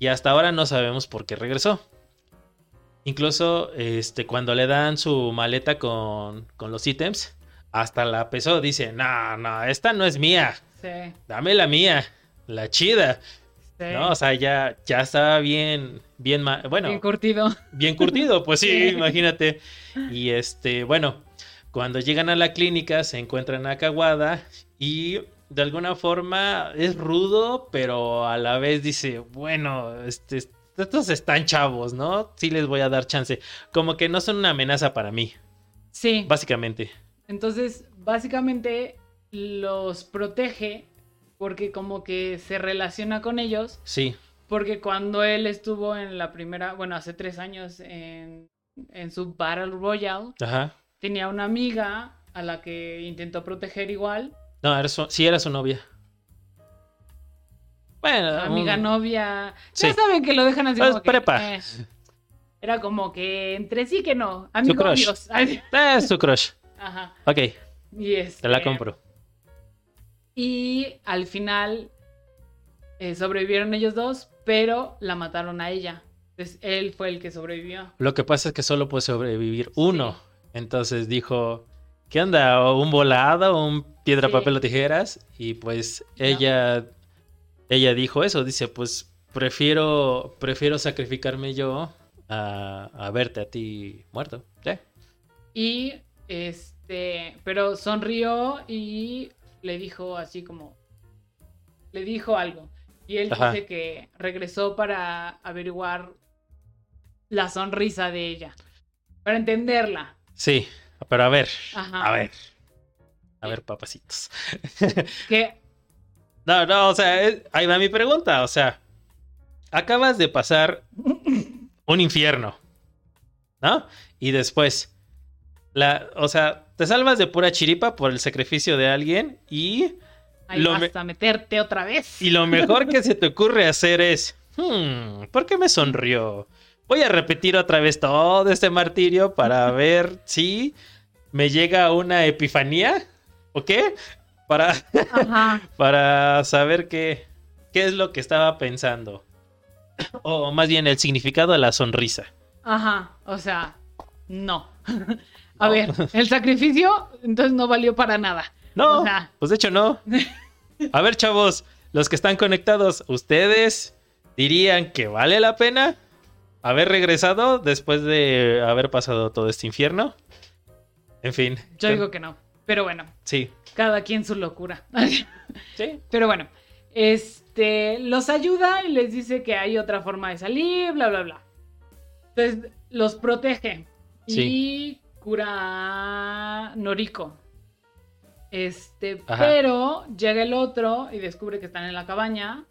Y hasta ahora no sabemos por qué regresó. Incluso este, cuando le dan su maleta con, con los ítems, hasta la pesó, dice, no, no, esta no es mía, Sí, dame la mía, la chida. sí. No, o sea, ya, ya estaba bien, bien, ma- bueno, Bien bien, curtido. (laughs) curtido, pues sí, Sí. imagínate. Y este, bueno, cuando llegan a la clínica se encuentran a Kawada y de alguna forma es rudo, pero a la vez dice, bueno, este, estos están chavos, ¿no? Sí les voy a dar chance. Como que no son una amenaza para mí, Sí. básicamente. Entonces, básicamente los protege porque como que se relaciona con ellos Sí, Porque cuando él estuvo en la primera, bueno, hace tres años en, en su Battle Royale, ajá. tenía una amiga a la que intentó proteger igual, No, era su- sí era su novia. Bueno, mm, amiga un- novia. Ya Ah, sí. saben que lo dejan así. Es como que, prepa. eh, era como que entre sí que no. Amigo crush. Dios. (laughs) Ay, Eh, es su crush. Ajá. Ok, Y este, te la compro. Y al final eh, sobrevivieron ellos dos, pero la mataron a ella. Entonces él fue el que sobrevivió. Lo que pasa es que solo puede sobrevivir uno. Entonces dijo, ¿qué onda? ¿O ¿Un volado? ¿O ¿Un piedra, Sí. papel o tijeras? Y pues No. ella, ella dijo eso. Dice, pues prefiero, prefiero sacrificarme yo a, a verte a ti muerto. Sí. Y este, pero sonrió y le dijo así como, le dijo algo. Y él Ajá. dice que regresó para averiguar la sonrisa de ella, para entenderla. Sí, pero a ver, Ajá. a ver. A ver, papacitos. Que No, no, o sea, es- ahí va mi pregunta. O sea, acabas de pasar un infierno, ¿no? Y después, la, o sea, te salvas de pura chiripa por el sacrificio de alguien y, ahí Lo me- vas a meterte otra vez. y lo mejor que se te ocurre hacer es, "Hmm, ¿por qué me sonrió? Voy a repetir otra vez todo este martirio para ver si me llega una epifanía o qué, para (laughs) Ajá. para saber qué, qué es lo que estaba pensando. O más bien el significado de la sonrisa. Ajá, o sea, no. (laughs) A No. ver, el sacrificio entonces no valió para nada. No, O sea. pues de (laughs) hecho no. A ver, chavos, los que están conectados, ¿ustedes dirían que vale la pena haber regresado después de haber pasado todo este infierno? En fin. Yo digo que no. Pero bueno, Sí, cada quien su locura. sí. Pero bueno, este los ayuda y les dice que hay otra forma de salir, bla, bla, bla. Entonces los protege Sí. y cura a Noriko. Este, Ajá. pero llega el otro y descubre que están en la cabaña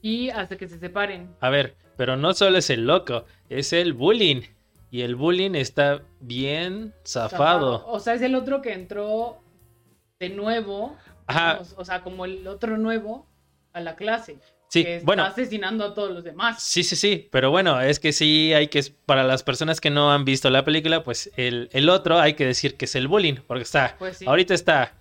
y hace que se separen. A ver, pero no solo es el loco, es el bullying. Y el bullying está bien zafado. O sea, es el otro que entró de nuevo, Ajá, o, o sea, como el otro nuevo a la clase, sí, que está bueno. asesinando a todos los demás. Sí, sí, sí, pero bueno, es que sí hay que, para las personas que no han visto la película, pues el, el otro hay que decir que es el bullying, porque está, Pues sí. ahorita está,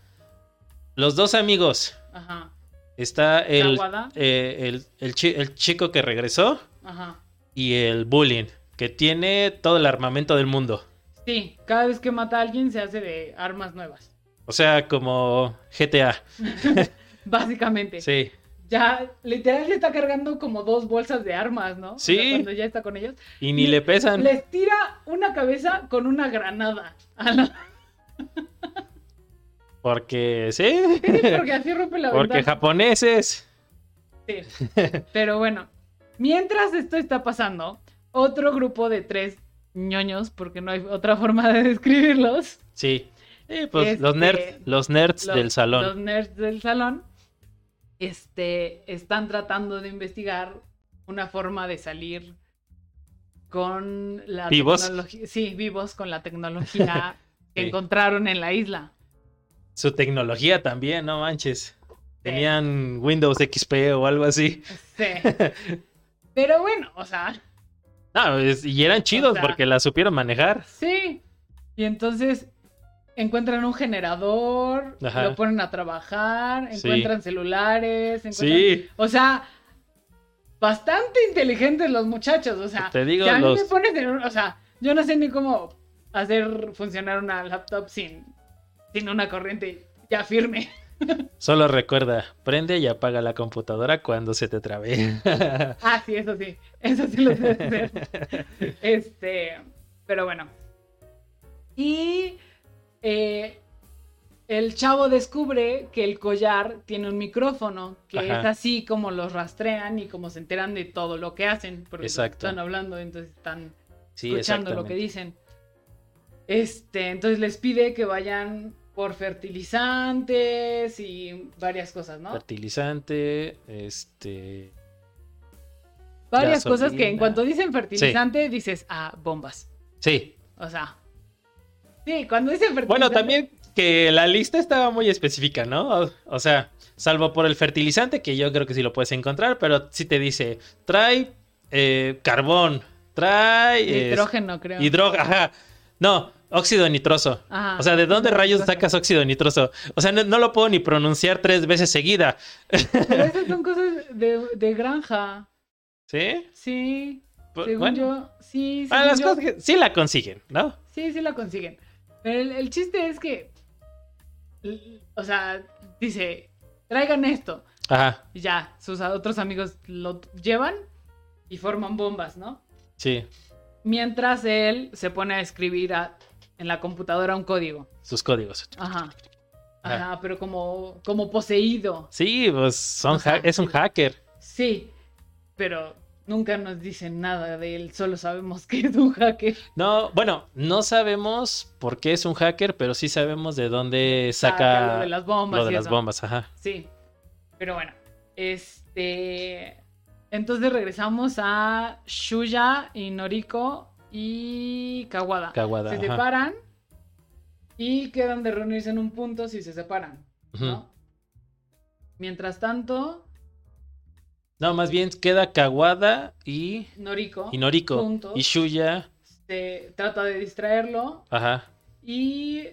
los dos amigos, Ajá. está el, Kawada. eh, el, el chi- el chico que regresó Ajá. y el bullying, que tiene todo el armamento del mundo, Sí, cada vez que mata a alguien se hace de armas nuevas. (laughs) o sea, como GTA, Básicamente. sí, Ya, literal, se está cargando como dos bolsas de armas, ¿no? O sea, Sí. cuando ya está con ellos. y ni le pesan, Les tira una cabeza con una granada. A la- Porque sí, Sí, (laughs) porque así rompe la porque ventana. japoneses. Sí. Pero bueno, mientras esto está pasando, otro grupo de tres ñoños, porque no hay otra forma de describirlos, Sí. Eh, pues Este, los nerds, los nerds los- del salón. Los nerds del salón este, están tratando de investigar una forma de salir con la ¿Vivos? tecnología. Sí, vivos con la (laughs) tecnología que Sí. encontraron en la isla. Su tecnología también, no manches. Tenían Windows XP o algo así. (laughs) Sí. Pero bueno, o sea, No, es- y eran chidos sea- porque la supieron manejar. sí. Y entonces encuentran un generador, Ajá. lo ponen a trabajar, Sí. encuentran celulares, encuentran Sí, O sea, bastante inteligentes los muchachos. O sea, Te digo, si a mí los- me pones en un- O sea, yo no sé ni cómo hacer funcionar una laptop sin, sin una corriente ya firme. solo recuerda, prende y apaga la computadora cuando se te trabe. Ah, sí, eso sí. Eso sí lo sé hacer. (laughs) Este. Pero bueno. Y. eh, el chavo descubre que el collar tiene un micrófono, que Ajá. es así como los rastrean y como se enteran de todo lo que hacen, porque Exacto. están hablando, entonces están Sí, escuchando lo que dicen. Este, entonces les pide que vayan por fertilizantes y varias cosas, ¿no? Fertilizante, este... Varias cosas que en gasolina. cuanto dicen fertilizante dices, ah, bombas. Sí. O sea. Sí, cuando dicen fertilizante. Bueno, también que la lista estaba muy específica, ¿no? O, o sea, salvo por el fertilizante, que yo creo que sí lo puedes encontrar, pero sí te dice, trae eh, carbón, trae... eh, Nitrógeno, creo. Hidro, ajá. No, óxido nitroso. Ajá. O sea, ¿de Ah, dónde rayos Cosa. sacas óxido nitroso? O sea, no, no lo puedo ni pronunciar tres veces seguida. (laughs) Pero esas son cosas de, de granja. ¿Sí? Sí. Pu- según bueno. yo. Sí, Ah, según las yo, cosas que- sí la consiguen, ¿no? Sí, sí la consiguen. Pero el, el chiste es que. l- O sea, dice, traigan esto. Ajá, Y ya, sus a- otros amigos lo t- llevan y forman bombas, ¿no? sí. Mientras él se pone a escribir a- en la computadora un código. Sus códigos. Ajá. Ah. Ajá, pero como, como poseído. Sí, pues son O sea, ha- es un hacker. Sí, pero nunca nos dicen nada de él, solo sabemos que es un hacker. No, bueno, no sabemos por qué es un hacker, pero sí sabemos de dónde saca Ah, lo de las bombas. lo de y las eso. bombas, ajá. Sí, pero bueno. Este. Entonces regresamos a Shuya y Noriko y Kawada. Kawada, se ajá. separan y quedan de reunirse en un punto si se separan, Ujú. ¿no? ¿no? Mientras tanto, más bien queda Kawada y, Noriko y Noriko. Juntos. Y Shuya, se este, trata de distraerlo ajá. y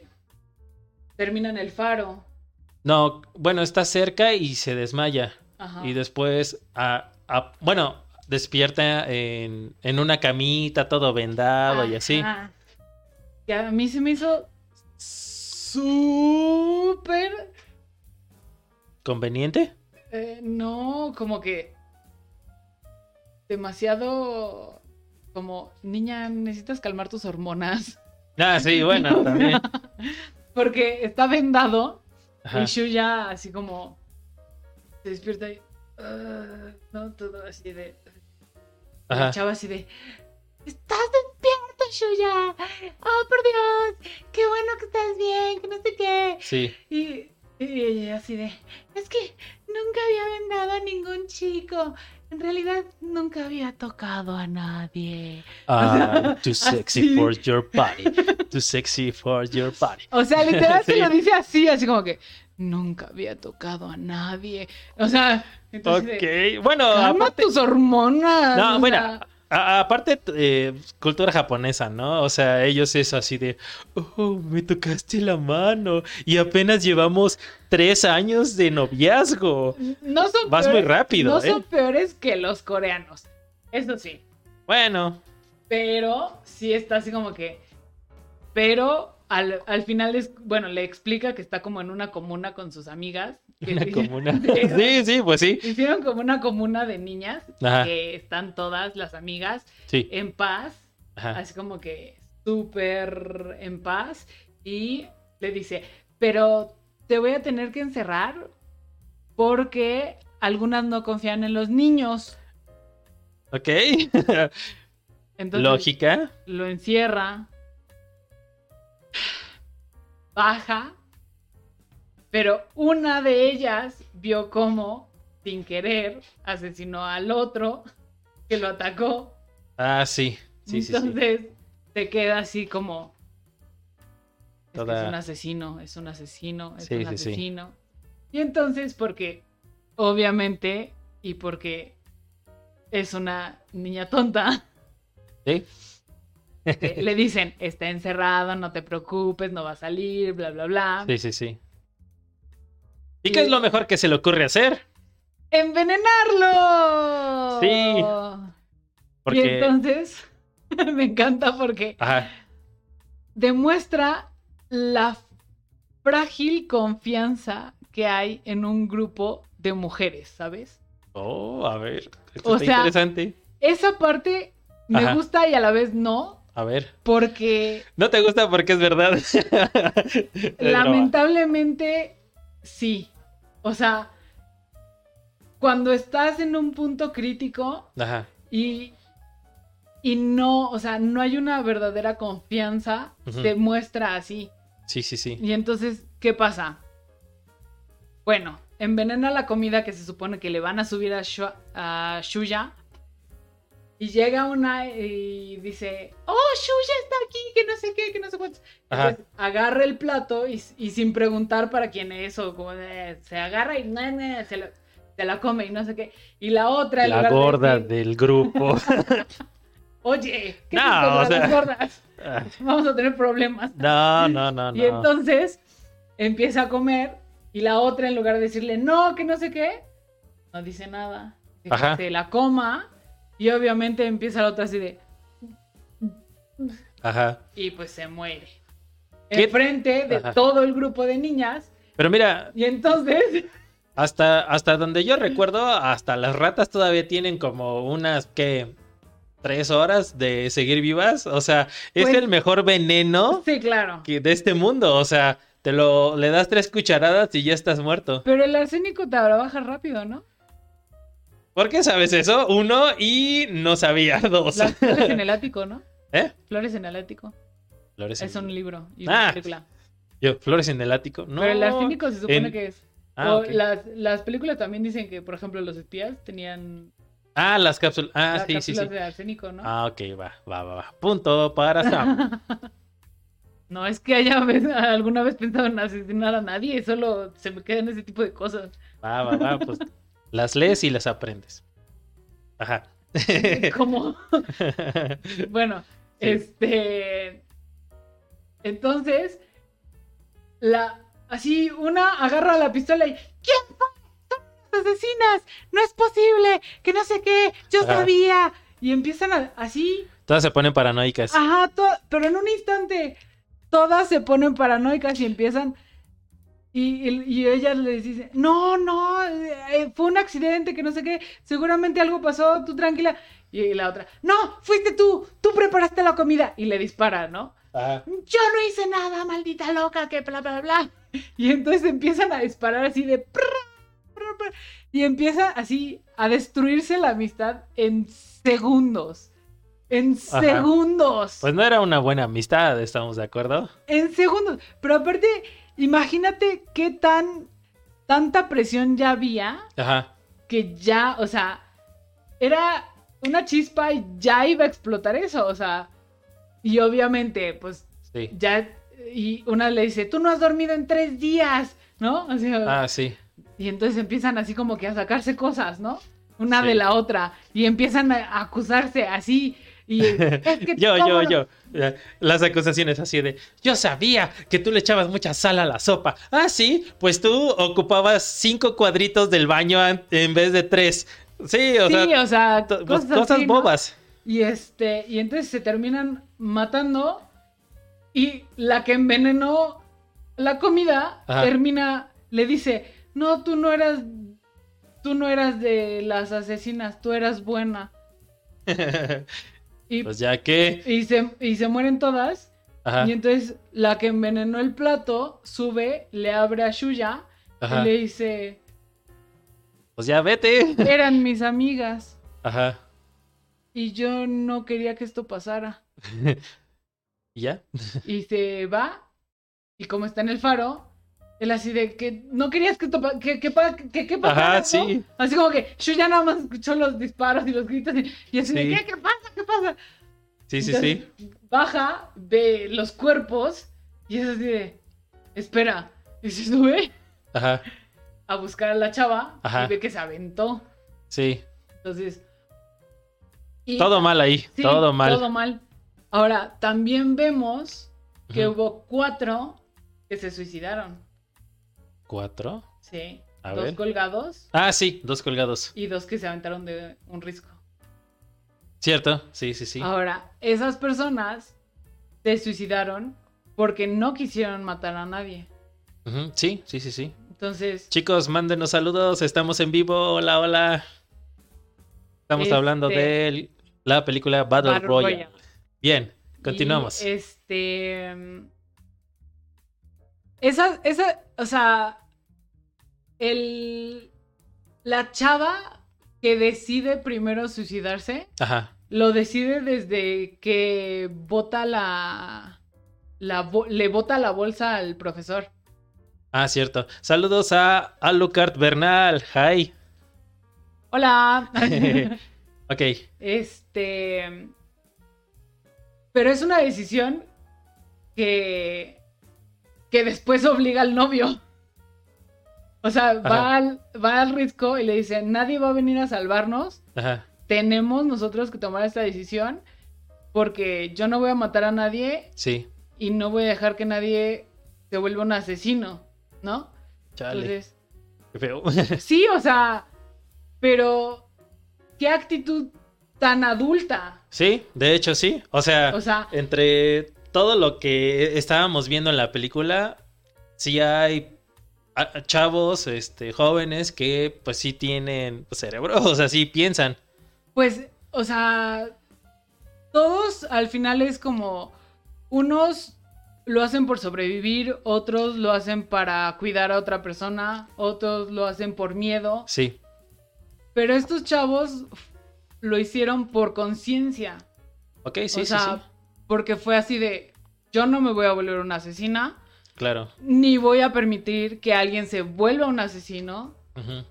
termina en el faro. No, bueno, está cerca y se desmaya. Ajá. Y después, a- a- bueno, despierta en, en una camita, todo vendado y así. Ajá. Que a mí se me hizo súper... ¿Conveniente? eh, no, como que... Demasiado... Como, niña, necesitas calmar tus hormonas. (laughs) Ah, sí, bueno, también. Porque está vendado Ajá. y Shuya así como... Se despierta y... "Ah", no, todo así de... Y La Ajá. chava así de... ¡Estás despierto, Shuya! ¡Oh, por Dios! ¡Qué bueno que estás bien! ¡Que no sé qué! (laughs) Sí, Y, y ella así de... Es que nunca había vendado a ningún chico. En realidad, nunca había tocado a nadie. Ah, too sexy así. for your body, too sexy for your body. O (laughs) sea, literal se Sí. lo dice así, así como que... Nunca había tocado a nadie. O sea, entonces... de, Ok, bueno, Calma aparte- tus hormonas. No, o bueno, sea, a- aparte, eh, cultura japonesa, ¿no? O sea, ellos es así de, oh, me tocaste la mano y apenas llevamos tres años de noviazgo. no son Vas muy peores- rápido, No ¿eh? son peores que los coreanos. Eso sí. Bueno, Pero sí está así como que. Pero al, al final es. Bueno, le explica que está como en una comuna con sus amigas. que (laughs) una sí- comuna. sí, Sí, sí, pues sí. Hicieron como una comuna de niñas Ajá, que están todas las amigas Ah. sí. Ah. en paz, Ajá. así como que súper en paz. Y le dice, pero te voy a tener que encerrar porque algunas no confían en los niños. Ok. (laughs) Entonces Lógica. lo encierra, baja, pero una de ellas vio cómo, sin querer, asesinó al otro que lo atacó. Ah, sí. Sí, sí, sí. Entonces te queda así como... "Es que Toda- Es un asesino, es un asesino, es Sí, un sí, sí. asesino. Y entonces, porque obviamente, y porque es una niña tonta, Sí. (laughs) eh, le dicen, está encerrado, no te preocupes, no va a salir, bla, bla, bla. Sí, sí, sí. ¿Y qué es lo mejor que se le ocurre hacer? ¡Envenenarlo! Sí, Y Porque. entonces, (laughs) me encanta porque Ajá. demuestra la frágil confianza que hay en un grupo de mujeres, ¿sabes? Oh, a ver. Esto O está sea- interesante. Esa parte me Ajá. gusta y a la vez no, A ver. (laughs) porque No te gusta porque es verdad. (laughs) lamentablemente sí. O sea, cuando estás en un punto crítico Ajá. y, y no, o sea, no hay una verdadera confianza, Ujú. se muestra así. Sí, sí, sí. Y entonces, ¿qué pasa? Bueno, envenena la comida que se supone que le van a subir a, Shua- a Shuya. Y llega una y dice, oh, Shuya está aquí, que no sé qué, que no sé cuántos. Ajá. Entonces, agarra el plato y, y sin preguntar para quién es o como de- se agarra y na, na, se, lo- se la come y no sé qué. Y la otra, en La lugar de gorda decir, (laughs) del grupo. (laughs) oye, ¿qué No, no, o sea- gordas? (laughs) Vamos a tener problemas. No, no, no, no. Y entonces empieza a comer y la otra en lugar de decirle no, que no sé qué, no dice nada. Deja Ajá. que Se la coma y obviamente empieza la otra así de Ajá. y pues se muere. ¿Qué? Enfrente de Ajá. todo el grupo de niñas Pero mira, y (laughs) entonces hasta, hasta donde yo recuerdo, hasta las ratas todavía tienen como unas que tres horas de seguir vivas. O sea, es Pues- el mejor veneno (laughs) sí, claro. que- de este mundo. O sea, te lo le das tres cucharadas y ya estás muerto. Pero el arsénico te trabaja rápido, ¿no? ¿Por qué sabes eso? Uno y no sabía (laughs) dos. Las flores (laughs) en el ático, ¿no? ¿Eh? Flores en el ático. Flores en- Es un libro y Ah, una película. Yo, flores en el ático. No. Pero el arsénico se supone en- que es. Ah, o ok. las, las películas también dicen que, por ejemplo, los espías tenían Ah, las cápsulas. Ah, las sí, sí, sí. cápsulas de arsénico, ¿no? Ah, ok, va, va, va, va. Punto para (laughs) Sam. No es que haya vez- (laughs) alguna vez pensado en asesinar a nadie, solo se me quedan ese tipo de (laughs) cosas. Va, va, va, pues las lees y las aprendes. Ajá. (laughs) Como, bueno, Sí. este. Entonces, la. Así, una agarra la pistola y. ¿Quién fue? ¡Son las asesinas! ¡No es posible! ¡Que no sé qué! ¡Yo Ajá. sabía! Y empiezan a- así Todas se ponen paranoicas. Ajá, to- pero en un instante todas se ponen paranoicas y empiezan. Y, y- y ellas les dicen, no, no, eh, fue un accidente, que no sé qué, seguramente algo pasó, tú tranquila. Y la otra, no, fuiste tú, tú preparaste la comida. Y le dispara, ¿no? Ajá. Yo no hice nada, maldita loca, que bla, bla, bla. Y entonces empiezan a disparar así de... prr, prr, prr, y empieza así a destruirse la amistad en segundos. En Ajá. segundos. Pues no era una buena amistad, estamos de acuerdo. En segundos. Pero aparte, imagínate qué tan... Tanta presión ya había Ajá. que ya, o sea, era una chispa y ya iba a explotar eso, o sea. Y obviamente, pues Sí. ya y una le dice, tú no has dormido en tres días, ¿no? O sea, Ah, sí. Y entonces empiezan así como que a sacarse cosas, ¿no? Una de Sí. la otra y empiezan a acusarse así (laughs) y es que Yo, ¿cómo yo, no? yo. Eh, Las acusaciones así de, yo sabía que tú le echabas mucha sal a la sopa. Ah, sí, pues tú ocupabas cinco cuadritos del baño an- en vez de tres. Sí, o Sí, sea, o sea, to- pues, cosas, cosas, así, ¿no? bobas. Y este, y entonces se terminan matando y la que envenenó la comida Ajá. termina le dice, "No, tú no eras tú no eras de las asesinas, tú eras buena." Y (laughs) pues ya que... Y se, y se mueren todas. Ajá. Y entonces la que envenenó el plato sube, le abre a Shuya Ajá. y le dice, Pues ya vete. eran mis amigas Ajá. y yo no quería que esto pasara. ¿Y ya? Y se va y como está en el faro, él así de que no querías que esto pa- que, que, pa- que- que pasara. Ajá, ¿no?". sí. Así como que Shuya nada más escuchó los disparos y los gritos y, y así de Sí. ¿qué? ¿Qué pasa? ¿Qué pasa? Sí, sí, Entonces, sí. Baja, ve los cuerpos y es así de, espera, y se sube Ajá. a buscar a la chava Ajá. y ve que se aventó. Sí. Entonces, y- Todo mal ahí. sí, todo mal. Todo mal. Ahora, también vemos que Ujú. hubo cuatro que se suicidaron. ¿Cuatro? Sí. A dos ver. colgados Ah, sí, dos colgados. y dos que se aventaron de un risco. ¿Cierto? Sí, sí, sí. Ahora, esas personas se suicidaron porque no quisieron matar a nadie. Ujú, Sí, sí, sí, sí. Entonces, Chicos, mándenos saludos. Estamos en vivo. Hola, hola. Estamos Este- hablando de la película Battle, Battle Royale. Royale. Bien, continuamos. Y, este. mm, Esa, esa, o sea. El. La chava que decide primero suicidarse, Ajá. lo decide desde que bota la. la bo- le bota la bolsa al profesor. Ah, cierto. Saludos a Alucard Bernal. (laughs) Hi. (laughs) ¡Hola! Ok. Este. Pero es una decisión que. que después obliga al novio. O sea, va Ajá. al, va al risco y le dice: Nadie va a venir a salvarnos. Ajá. Tenemos nosotros que tomar esta decisión. Porque yo no voy a matar a nadie Sí. y no voy a dejar que nadie se vuelva un asesino, ¿no? Chale. Entonces, Qué feo. (laughs) sí, o sea, pero qué actitud tan adulta. sí, de hecho, sí. O sea, O sea, entre todo lo que estábamos viendo en la película, sí hay a- chavos, este, jóvenes que pues sí tienen pues, cerebro, (laughs) o sea, sí piensan. Pues, o sea, todos al final es como, unos lo hacen por sobrevivir, otros lo hacen para cuidar a otra persona, otros lo hacen por miedo, Sí, pero estos chavos lo hicieron por conciencia, ok, sí, sí, o sea, sí, porque fue así de, yo no me voy a volver una asesina, claro. ni voy a permitir que alguien se vuelva un asesino Ujú,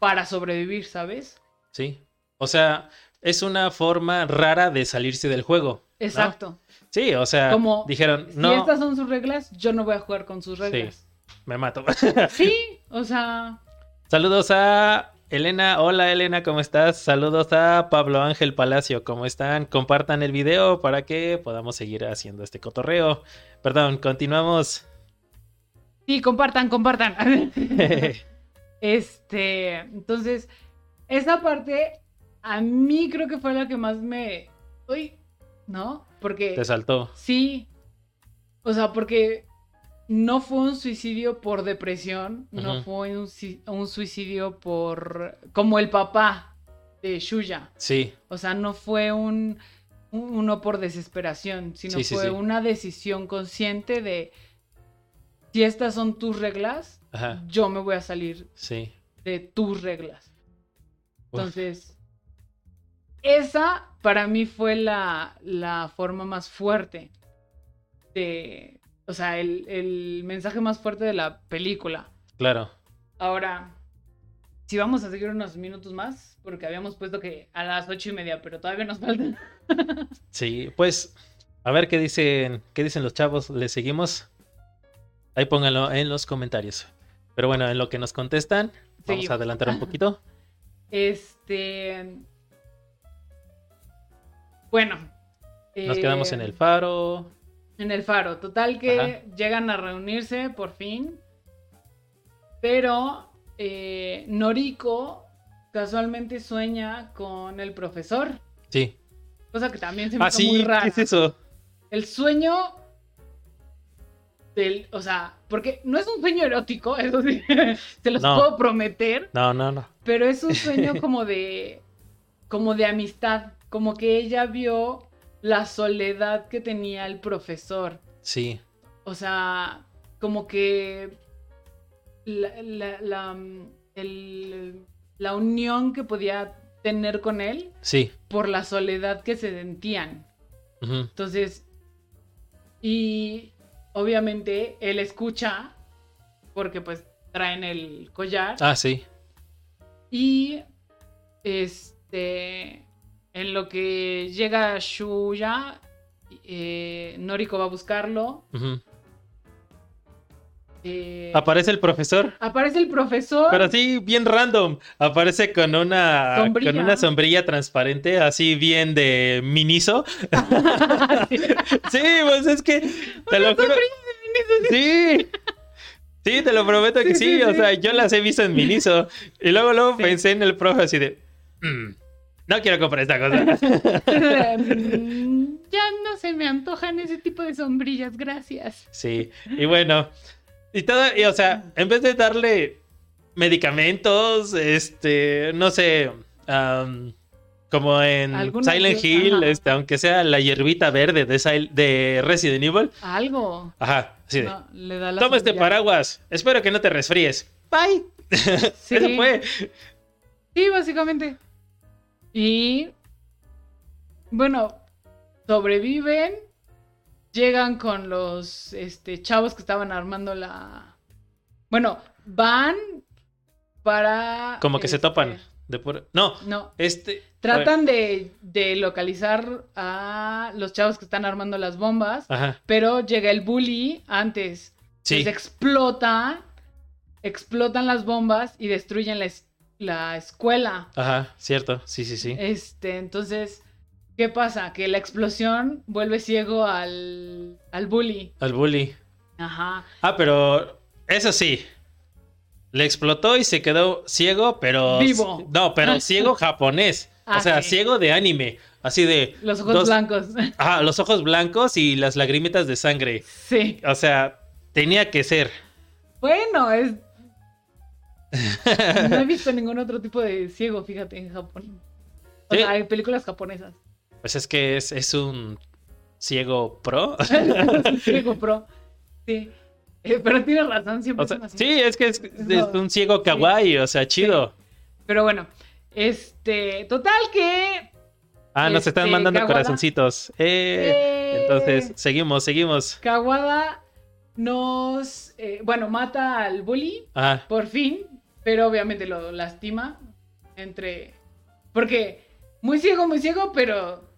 para sobrevivir, ¿sabes? Sí, o sea, es una forma rara de salirse del juego. ¿no? Exacto. Sí, o sea, Como, dijeron, Si no, estas son sus reglas, yo no voy a jugar con sus reglas. (laughs) me mato. Sí, o sea, Saludos a Elena. Hola Elena, ¿cómo estás? Saludos a Pablo Ángel Palacio, ¿cómo están? Compartan el video para que podamos seguir haciendo este cotorreo. Perdón, continuamos. (laughs) sí, compartan, compartan. (laughs) Este, entonces, esa parte a mí creo que fue la que más me... Uy, ¿no? Porque Te saltó. sí, o sea, porque no fue un suicidio por depresión, no Ujú. fue un, si- un suicidio por... como el papá de Shuya. Sí, O sea, no fue un, un- uno por desesperación, sino Sí, sí, fue sí. una decisión consciente de si estas son tus reglas, ajá, yo me voy a salir sí. de tus reglas. Uf. Entonces, esa para mí fue la, la forma más fuerte de, o sea, el, el mensaje más fuerte de la película. Claro. Ahora, si vamos a seguir unos minutos más, porque habíamos puesto que a las ocho y media, pero todavía nos (laughs) faltan. Sí, pues a ver qué dicen, qué dicen los chavos, ¿le seguimos? Ahí pónganlo en los comentarios. Pero bueno, en lo que nos contestan, vamos Seguimos. a adelantar un poquito. Este. Bueno. Nos eh, quedamos en el faro. En el faro. Total que Ajá. llegan a reunirse por fin. Pero eh, Noriko casualmente sueña con el profesor. Sí. Cosa que también se me Ah, hizo muy sí, rara. ¿qué es eso? El sueño. Del, o sea, porque no es un sueño erótico, (laughs) eso sí, se los No. puedo prometer. No, no, no. Pero (laughs) es un sueño como de. como de amistad. Como que ella vio la soledad que tenía el profesor. Sí. O sea, como que la, la, la, mm, el- la unión que podía tener con él Sí. por la soledad que se sentían. Ujú. Entonces, y obviamente él escucha, porque pues traen el collar. Ah, sí. Y este, en lo que llega Shuya, eh, Noriko va a buscarlo. Ujú. eh, Aparece el profesor. aparece el profesor. Pero así, bien random. Aparece con una Sombrilla. con una sombrilla transparente, así bien de (laughs) miniso. Sí, pues es que. Te lo juro- Sí. Sí, te lo prometo que Sí, sí. sí, O sí. sea, yo las he visto en Miniso. Y luego, luego Sí. pensé en el profe así de. "Mm, no quiero comprar esta cosa. (laughs) Mm, ya no se me antojan ese tipo de sombrillas, gracias. Sí. Y bueno. Y todo. Y, o sea, en vez de darle medicamentos, este. No sé. am, como en Alguna Silent hierba, Hill, ajá. este, aunque sea la hierbita verde de, Sil- de Resident Evil. Algo. Ajá, así de. No, le da la Toma este sombrilla. paraguas. Espero que no te resfríes. Bye. Sí. Eso fue. Sí, básicamente. Y bueno, sobreviven, llegan con los este, chavos que estaban armando la... Bueno, van para... Como que se este, topan. De puro- No, No, este. tratan de, de localizar a los chavos que están armando las bombas, Ajá. pero llega el bully antes. Sí. Se explota, explotan las bombas y destruyen la es- la escuela. Ajá, cierto. Sí, sí, sí. Este, entonces, ¿qué pasa? Que la explosión vuelve ciego al, al bully. Al bully. Ajá. Ah, pero. Eso sí. Le explotó y se quedó ciego, pero. Vivo. (laughs) No, pero ciego japonés. Ah, o sea, sí. ciego de anime. Así de. Los ojos dos- blancos. (laughs) Ajá, los ojos blancos y las lagrimitas de sangre. sí. O sea, tenía que ser. Bueno, (laughs) es. No he visto ningún otro tipo de ciego, fíjate, en Japón. O Sí. sea, hay películas japonesas. (laughs) Pues es que es, es un ciego pro. (laughs) Ciego pro. Sí. Eh, pero tienes razón, siempre O (laughs) sea, son así. sí, es que es, es un ciego Sí. kawaii, o sea, chido. Pero bueno, este. Total que. Ah, nos Este, están mandando Kawada. corazoncitos. Eh. Entonces, seguimos, seguimos. Kawada nos. eh, bueno, mata al bully, Ajá, por fin, pero obviamente lo lastima. Entre. Porque muy ciego, muy ciego, pero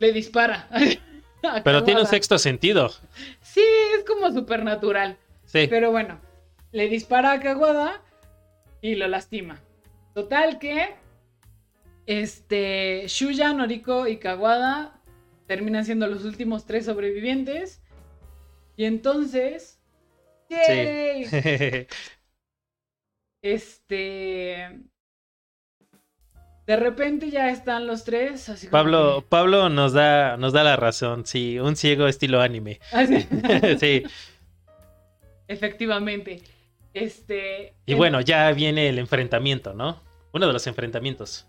le dispara. (laughs) a pero tiene un Kawada. sexto sentido. Sí, es como supernatural. Sí. Pero bueno, le dispara a Kawada y lo lastima. Total que. Este. Shuya, Noriko y Kawada terminan siendo los últimos tres sobrevivientes. Y entonces. ¡Yay! Este. De repente ya están los tres. Así como (laughs) Pablo, que- Pablo nos da, nos da la razón. Sí, un ciego estilo anime. (laughs) (laughs) Así- sí. efectivamente. Este. Y en- bueno, ya viene el enfrentamiento, ¿no? Uno de los enfrentamientos.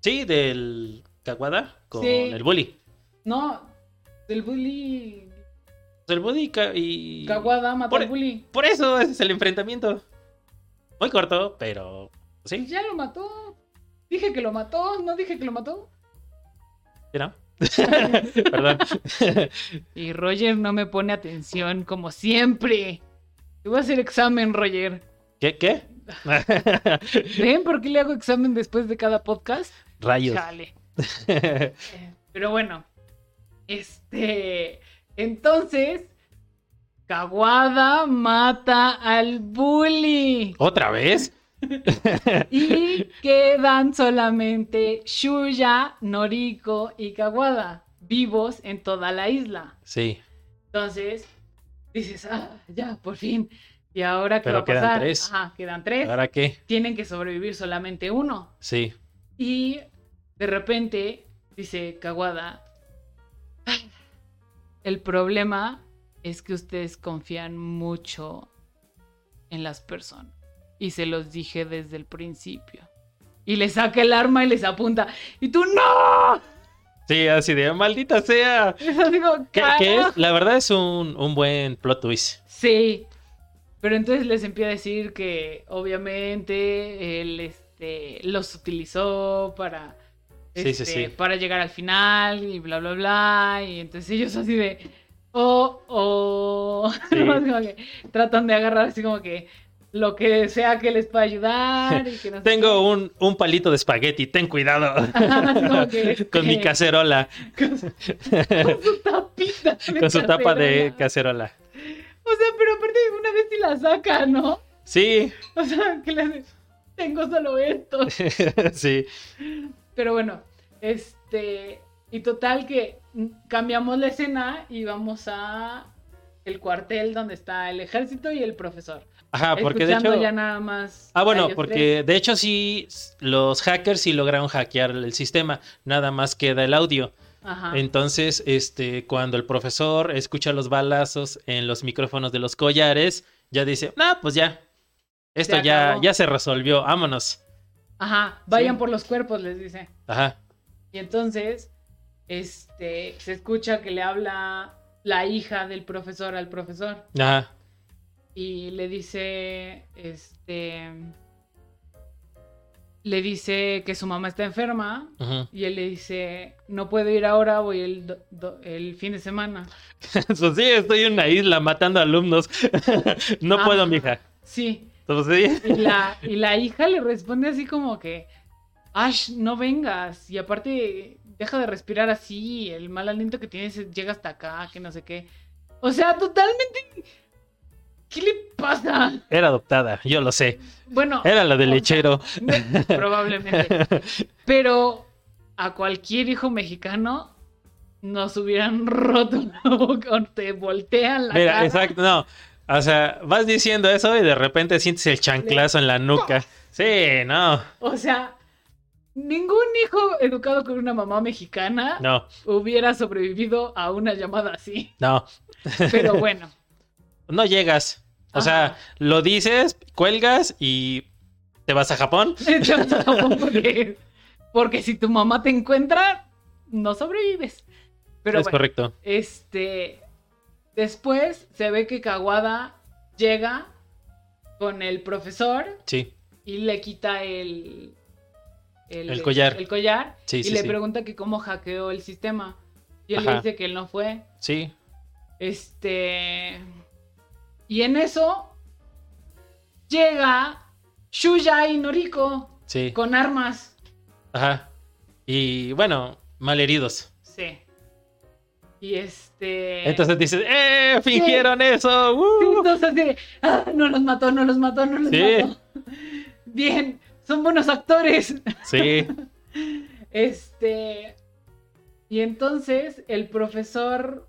Sí, del Kawada con Sí. el bully. No, el bully. El bully ca- y. Kawada mató Por- al bully. Por eso ese es el enfrentamiento. Muy corto, pero. Sí, Ya lo mató. Dije que lo mató, no dije que lo mató. sí, ¿no? (laughs) Perdón. Y Roger no me pone atención, como siempre. Te voy a hacer examen, Roger. ¿Qué? ¿Qué? (laughs) ¿Ven por qué le hago examen después de cada podcast? Rayos. Chale. Eh, Pero bueno, este. Entonces, Kawada mata al bully. (laughs) ¿Otra vez? Y quedan solamente Shuya, Noriko y Kawada vivos en toda la isla. Sí, Entonces, dices, ah, ya, por fin. ¿Y ahora qué Pero va a quedan pasar? tres. Ajá, quedan tres. ¿ahora qué? Tienen que sobrevivir solamente uno. Sí. Y de repente dice Kawada, "Ay, el problema es que ustedes confían mucho en las personas. Y se los dije desde el principio. Y le saca el arma y les apunta. Y tú no. (laughs) Sí, así de maldita sea. Es así como, Que, "Carajo". que es- la verdad es un, un buen plot twist. Sí. Pero entonces les empieza a decir que obviamente él este, los utilizó para, Sí, sí, este, sí. para llegar al final y bla, bla, bla. Y entonces ellos así de, oh, oh, (laughs) Sí. Nomás como que tratan de agarrar así como que lo que sea que les pueda ayudar. Y que no sé Tengo un, un palito de espagueti, ten (laughs) cuidado. qué. Así como que, (laughs) Con mi cacerola, (laughs) Con su, con su (laughs) tapita. de con su tapa de cacerola. cacerola. O sea, pero aparte una vez si la saca, ¿no? Sí, (laughs) O sea, que le hace, tengo solo esto. sí, Pero bueno, este. Y total que mm, cambiamos la escena y vamos a el cuartel donde está el ejército y el profesor. ajá, Ah, porque de Escuchando hecho, ya nada más. Ah, a bueno, ellos tres. porque de hecho sí, s- los hackers sí lograron hackear el sistema, nada más queda el audio. Ajá. Entonces, este, cuando el profesor escucha los balazos en los micrófonos de los collares, ya dice, ah, pues ya, esto Se ya, acabó". ya se resolvió, vámonos. Ajá, vayan Sí. por los cuerpos, les dice. Ajá, Y entonces, este, se escucha que le habla la hija del profesor al profesor. ajá, y le dice, este, le dice que su mamá está enferma (laughs) ujú. y él le dice, no puedo ir ahora, voy el, do- do- el fin de semana. Pues sí, estoy en una isla matando alumnos. (laughs) no Ajá. puedo, mija. Sí, Pues sí. y la, y la hija le responde así como que, Ash, no vengas, y aparte deja de respirar así, el mal aliento que tienes llega hasta acá, que no sé qué. O sea, totalmente... ¿Qué le pasa? Era adoptada, yo lo sé. Bueno, Era la del o sea, lechero. Probablemente. Pero a cualquier hijo mexicano nos hubieran roto la boca o te voltean la Mira, cara. exacto, no. O sea, vas diciendo eso y de repente sientes el chanclazo en la nuca. Sí, no, O sea, ningún hijo educado con una mamá mexicana no, hubiera sobrevivido a una llamada así. no. Pero bueno. (laughs) No llegas. O sea, Ajá. lo dices, cuelgas y te vas a Japón. Entonces, porque, porque si tu mamá te encuentra, no sobrevives. Pero es bueno. correcto. Este. Después se ve que Kawada llega con el profesor Sí, y le quita el. El collar. El collar. Sí, y sí, le sí. pregunta que cómo hackeó el sistema. Y él le Ajá. dice que él no fue. sí. Este. Y en eso. Llega Shuya y Noriko Sí. con armas. Ajá. Y bueno, malheridos. Sí. Y este. Entonces dices, ¡eh! ¡Fingieron eso! Sí, ¡Uh! todos así de, "Ah, no los mató, no los mató, no los Sí. mató. Bien, son buenos actores. Sí, Este. Y entonces el profesor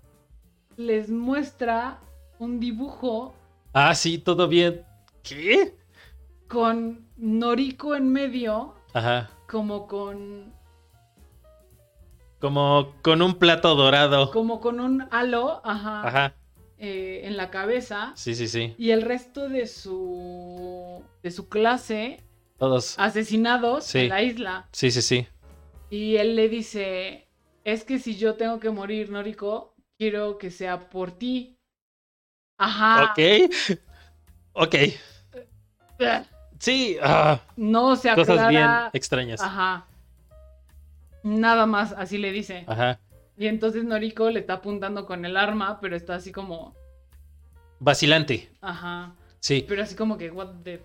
les muestra un dibujo Ah, sí, todo bien. ¿Qué? con Noriko en medio, Ajá. como con. Como con un plato dorado. como con un halo, ajá, Ajá. eh, en la cabeza. Sí, sí, sí. Y el resto de su. de su clase Ah. Todos. asesinados Sí. en la isla. Sí, sí, sí. Y él le dice, es que si yo tengo que morir, Noriko, quiero que sea por ti. Ajá. Ok. Ok. Sí. ah, No se aclara. cosas bien extrañas. Ajá. Nada más, así le dice. Ajá. Y entonces Noriko le está apuntando con el arma, pero está así como, Vacilante. ajá. Sí. Pero así como que, what the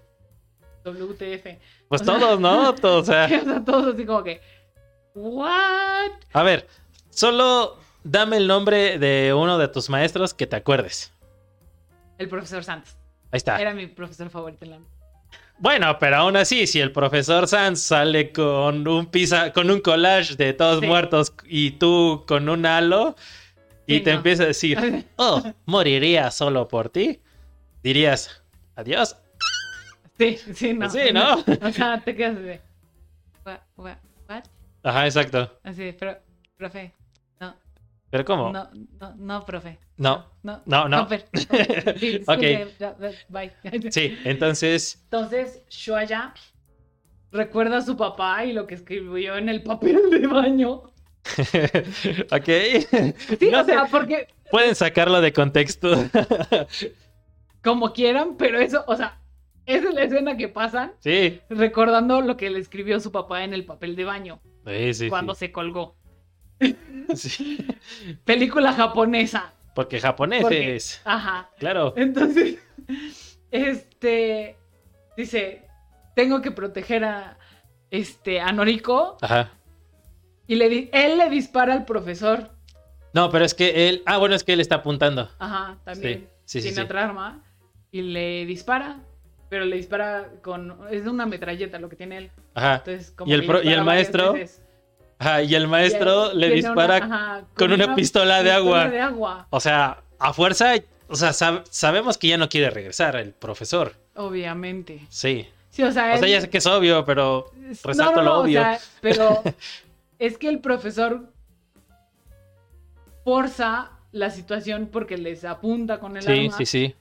WTF. Pues o sea- todos, ¿no? Todos, (laughs) (laughs) O o sea. sea, todos así como que, what? A ver, solo dame el nombre de uno de tus maestros que te acuerdes. El profesor Santos. Ahí está. Era mi profesor favorito en la... Bueno, pero aún así, si el profesor Sanz sale con un pizza, con un collage de todos Sí. muertos y tú con un halo y Sí, te no. empieza a decir, oh, moriría solo por ti, dirías, adiós. Sí, sí, no. Sí, ¿no? (laughs) O sea, te quedas así de. "What, what, what?" Ajá, exacto. Así de, pero, profe. No, Pero ¿cómo? No, no, no, no, profe. no, No, no. Profe, (laughs) profe, sí, disculpe, ya, ya, Bye. Sí, entonces, (laughs) Entonces, Shuaya recuerda a su papá y lo que escribió en el papel de baño. ok. Sí, No o sé, sea, porque Pueden sacarlo de contexto. (laughs) como quieran, pero eso, o sea, esa es la escena que pasan sí. recordando lo que le escribió su papá en el papel de baño Sí, sí, cuando sí. se colgó. Sí. Película japonesa. Porque japoneses. Ajá. Claro. Entonces, (laughs) este dice, tengo que proteger a este a Noriko Ajá. y le di- él le dispara al profesor. No, pero es que él. Ah, bueno, es que él está apuntando. Ajá, también. Sí, sí, sí, tiene sí. otra arma y le dispara, pero le dispara con es una metralleta lo que tiene él. Ajá. Entonces, como ¿Y el que pro- y el dispara varias maestro? veces. Ajá, Y el maestro Tiene le una- dispara. ajá, con una pistola de agua. de agua, O sea, a fuerza. O sea, sab- sabemos que ya no quiere regresar el profesor. obviamente. Sí. Sí, o sea, O sea, él- ya sé que es obvio, pero. es- resalto lo o obvio. sea, (laughs) pero es que el profesor forza la situación porque les apunta con el Sí, arma sí, sí.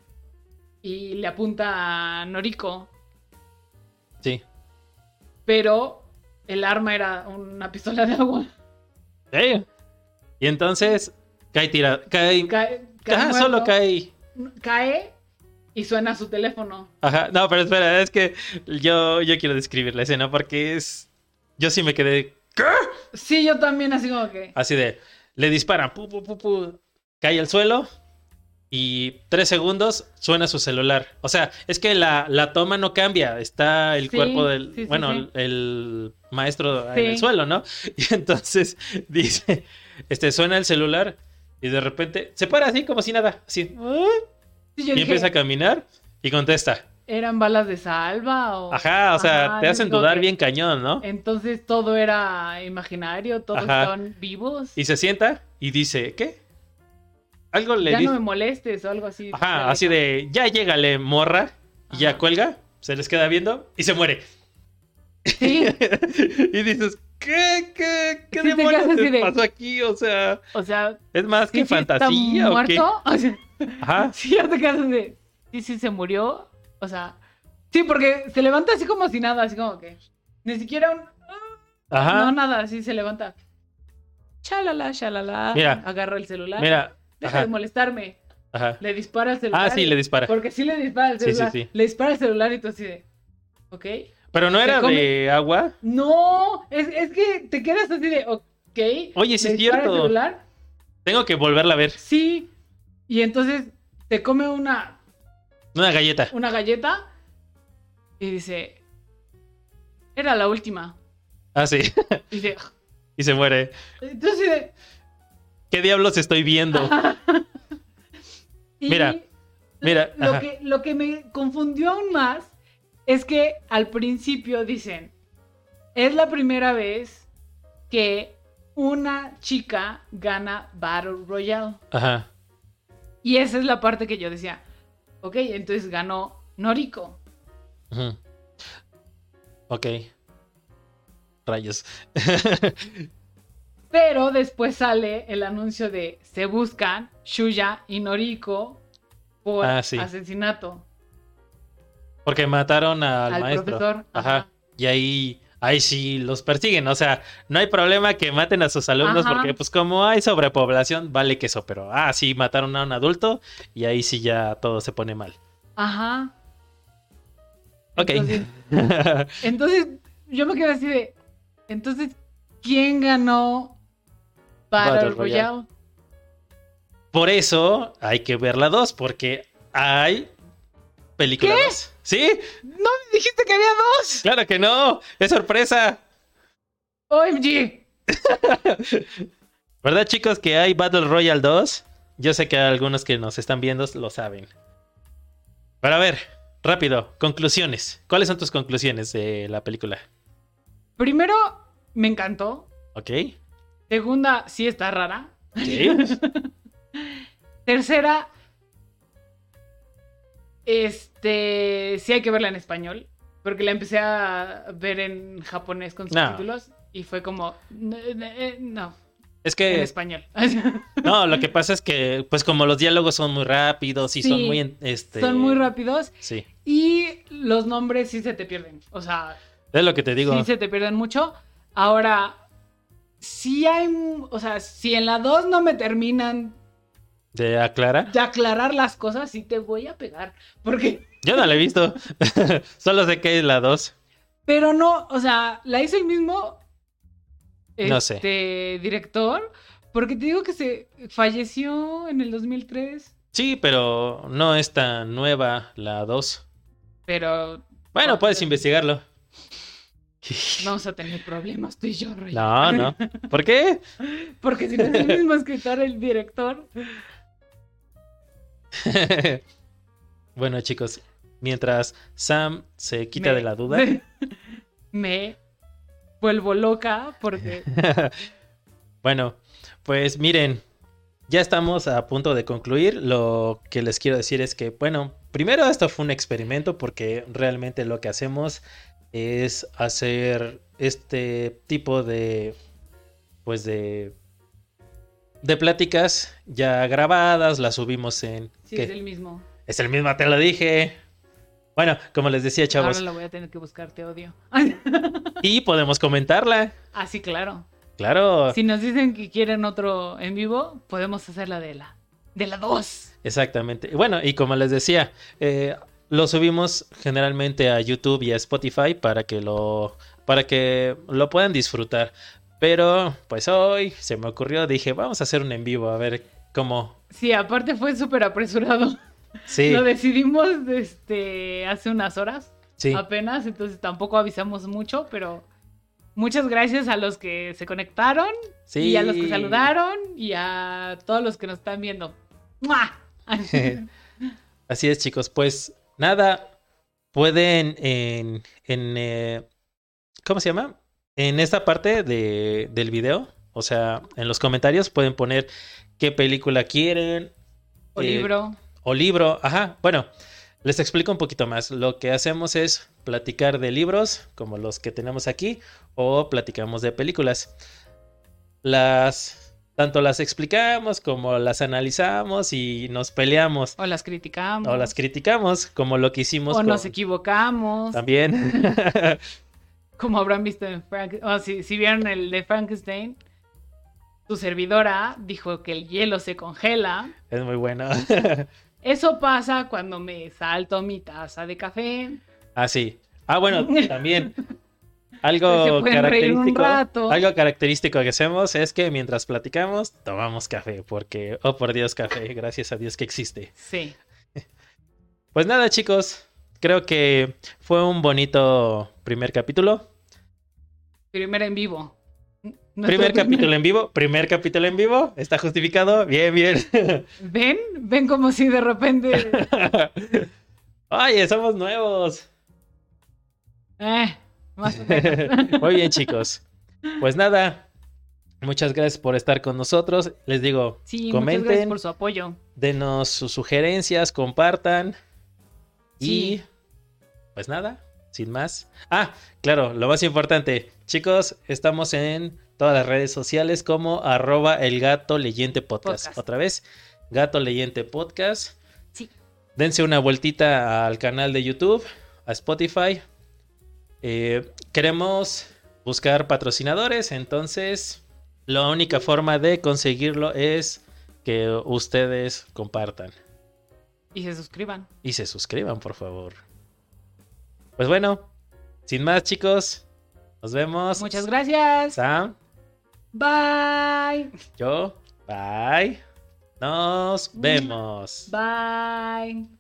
y le apunta a Noriko, Sí. pero el arma era una pistola de (laughs) agua. Sí. Y entonces. Cae tira. Cae. Cae, cae Ajá, muerto, Ah, solo cae. cae y suena su teléfono. Ajá, no, pero espera, es que yo, yo quiero describir la escena porque es. Yo sí me quedé Sí, yo también así como que así de. Le disparan, pu, pu, pu, pu, cae al suelo y tres segundos suena su celular. O sea, es que la, la toma no cambia, está el Sí, cuerpo del. sí, sí, bueno, sí. el maestro Sí. en el suelo, ¿no? (laughs) Y entonces (laughs) dice: Este suena el celular y de repente se para así como si nada, así. sí, Y yo dije, empieza a caminar y contesta. eran balas de salva o Ajá, o sea, Ajá, Eh. te yo hacen digo dudar que- bien cañón, ¿no? Entonces todo era imaginario, todos Ajá. estaban vivos. Y se sienta y dice, ¿qué? Algo le ya dice. no me molestes o algo así. Ajá, así de, ya llégale, morra. Y ya Ajá. cuelga, se les queda viendo y (laughs) se muere. Sí, y dices, ¿qué? ¿Qué, qué Sí, te demonios quedas así te de- pasó aquí? O sea, o sea, (laughs) ¿es más que sí, sí está fantasía o qué? muerto? (laughs) O sea, Ajá. sí, ya te quedas de, sí, sí se murió, o sea, sí, porque se levanta así como si nada, así como que ni siquiera un, Ajá. no nada, así se levanta. Chalala, chalala, Mira. agarra el celular. Mira. Deja Ajá. de molestarme. ajá. Le dispara el celular. Ah, sí, le dispara. Porque sí le dispara el Sí, sí, celular. sí. Le dispara el celular y tú así de. ¿Ok? Pero no se era come- de agua. No, es, es que te quedas así de. ¿Ok? Oye, sí le es dispara cierto. El celular, Tengo que volverla a ver. sí. Y entonces te come una, Una galleta. una galleta y dice. Era la última. Ah, sí. Y dice. "Ah". y se muere. Entonces. de- ¿Qué diablos estoy viendo? y Mira, mira, Lo ajá. que, lo que me confundió aún más es que al principio dicen, es la primera vez que una chica gana Battle Royale. Ajá. Y esa es la parte que yo decía, ok, entonces ganó Noriko. Ujú. Ok. Rayos. (laughs) Pero después sale el anuncio de se buscan Shuya y Noriko por Ah, sí. asesinato Porque mataron al, al, maestro. profesor. Ajá. Y ahí, ahí sí los persiguen. O sea, no hay problema que maten a sus alumnos Ajá. porque pues como hay sobrepoblación, vale que eso. Pero, ah, sí, mataron a un adulto y ahí sí ya todo se (laughs) pone mal. Ajá. Ok. Entonces, Entonces, yo me quedé así de. Entonces, ¿quién ganó Battle, Battle Royale? Royale. Por eso hay que ver la 2 porque hay película ¿Qué? 2. Sí, ¡No me dijiste que había dos! claro que no. Es sorpresa. ¡OMG! ¿Verdad, chicos, que hay Battle Royale 2? Yo sé que algunos que nos están viendo lo saben. Pero a ver, rápido, conclusiones. ¿Cuáles son tus conclusiones de la película? Primero, me encantó. (laughs) ¿Ok? Segunda, sí está rara. ¿Sí? Tercera, este. Sí hay que verla en español. Porque la empecé a ver en japonés con No. subtítulos. Y fue como. "N- n- eh, No, Es en que, español. (laughs) no, lo que pasa es que, pues como los diálogos son muy rápidos y son Sí, muy, este... Son muy rápidos. Sí, Y los nombres sí se te pierden. O sea, es lo que te digo. sí se te pierden mucho. Ahora, sí hay, o sea, si en la 2 no me terminan ¿De aclarar? de aclarar las cosas, sí te voy a pegar. Porque, Yo no la he visto. (laughs) Solo sé que es la 2. pero no, o sea, la hizo el mismo No sé. este, director, porque te digo que se falleció en el 2003, Sí, pero no es tan nueva la 2. pero Bueno, puedes investigarlo. vamos a tener problemas tú y yo, Roy. No, no. ¿Por qué? (laughs) Porque si no es el mismo escritor, el director. bueno, chicos, mientras Sam se (laughs) (laughs) quita me- de la duda, me vuelvo loca porque bueno, pues miren, ya estamos a punto de concluir. Lo que les quiero decir es que, bueno, primero esto fue un experimento porque realmente lo que hacemos es hacer este tipo de, pues de, de pláticas ya grabadas, las subimos en... (laughs) sí ¿qué? es el mismo. Es el mismo, te lo dije. Bueno, como les decía, chavos, Ahora la voy a tener que buscar, te odio. (laughs) y podemos comentarla. ah, sí, claro. Claro, Si nos dicen que quieren otro en vivo, podemos hacer la de la. De la 2. exactamente. Bueno, y como les decía, eh, lo subimos generalmente a YouTube y a Spotify para que lo, para que lo puedan disfrutar. Pero, pues hoy se me ocurrió, dije, vamos a hacer un en vivo, a ver cómo. Sí, aparte fue súper apresurado. (laughs) Sí, Lo decidimos este, hace unas horas sí. apenas, entonces tampoco avisamos mucho, pero muchas gracias a los que se conectaron. sí. Y a los que saludaron y a todos los que nos están viendo. (laughs) ¡Mua! (laughs) Así es, chicos. Pues nada, pueden en, en, eh, ¿cómo se llama? En esta parte de, del video, o sea, en los comentarios pueden poner qué película quieren o Eh, libro. o libro. Ajá, bueno, les explico un poquito más. Lo que hacemos es platicar de libros, como los que tenemos aquí, o platicamos de películas. Las, tanto las explicamos como las analizamos y nos peleamos. O las criticamos. O las criticamos, como lo que hicimos o con- nos equivocamos. también. (laughs) Como habrán visto en Frank. o si, si vieron el de Frankenstein, su servidora dijo que el hielo se congela. es muy bueno. Eso pasa cuando me salto mi taza de café. ah, sí. (laughs) Ah, bueno, también. Se Algo pueden reír un característico, rato. algo característico que hacemos es que mientras platicamos tomamos café, porque, oh por Dios, café, gracias a Dios que existe. Sí. Pues nada, chicos, creo que fue un bonito primer capítulo. Primero en vivo. Nuestro Primer capítulo en vivo, primer capítulo en vivo, está justificado, bien, (laughs) bien. (laughs) ¿Ven? ¿Ven como si de (laughs) repente. Oye, somos nuevos. (laughs) Eh, más o menos. Muy bien, chicos. Pues nada, muchas gracias por estar con nosotros. Les digo, Sí, Comenten. muchas gracias por su apoyo. denos sus sugerencias, compartan. Y Sí. pues nada, sin más. Ah, claro, lo más importante, chicos, estamos en todas las redes sociales como arroba el gato leyente podcast. Podcast. Otra vez, gato leyente podcast. Sí. Dense una vueltita al canal de YouTube, a Spotify. Eh, queremos buscar patrocinadores, entonces la única forma de conseguirlo es que ustedes compartan Y se suscriban. y se suscriban, por favor. Pues bueno, sin más, chicos, nos vemos. Muchas gracias. Sam, Bye. yo, bye. Nos vemos. Bye.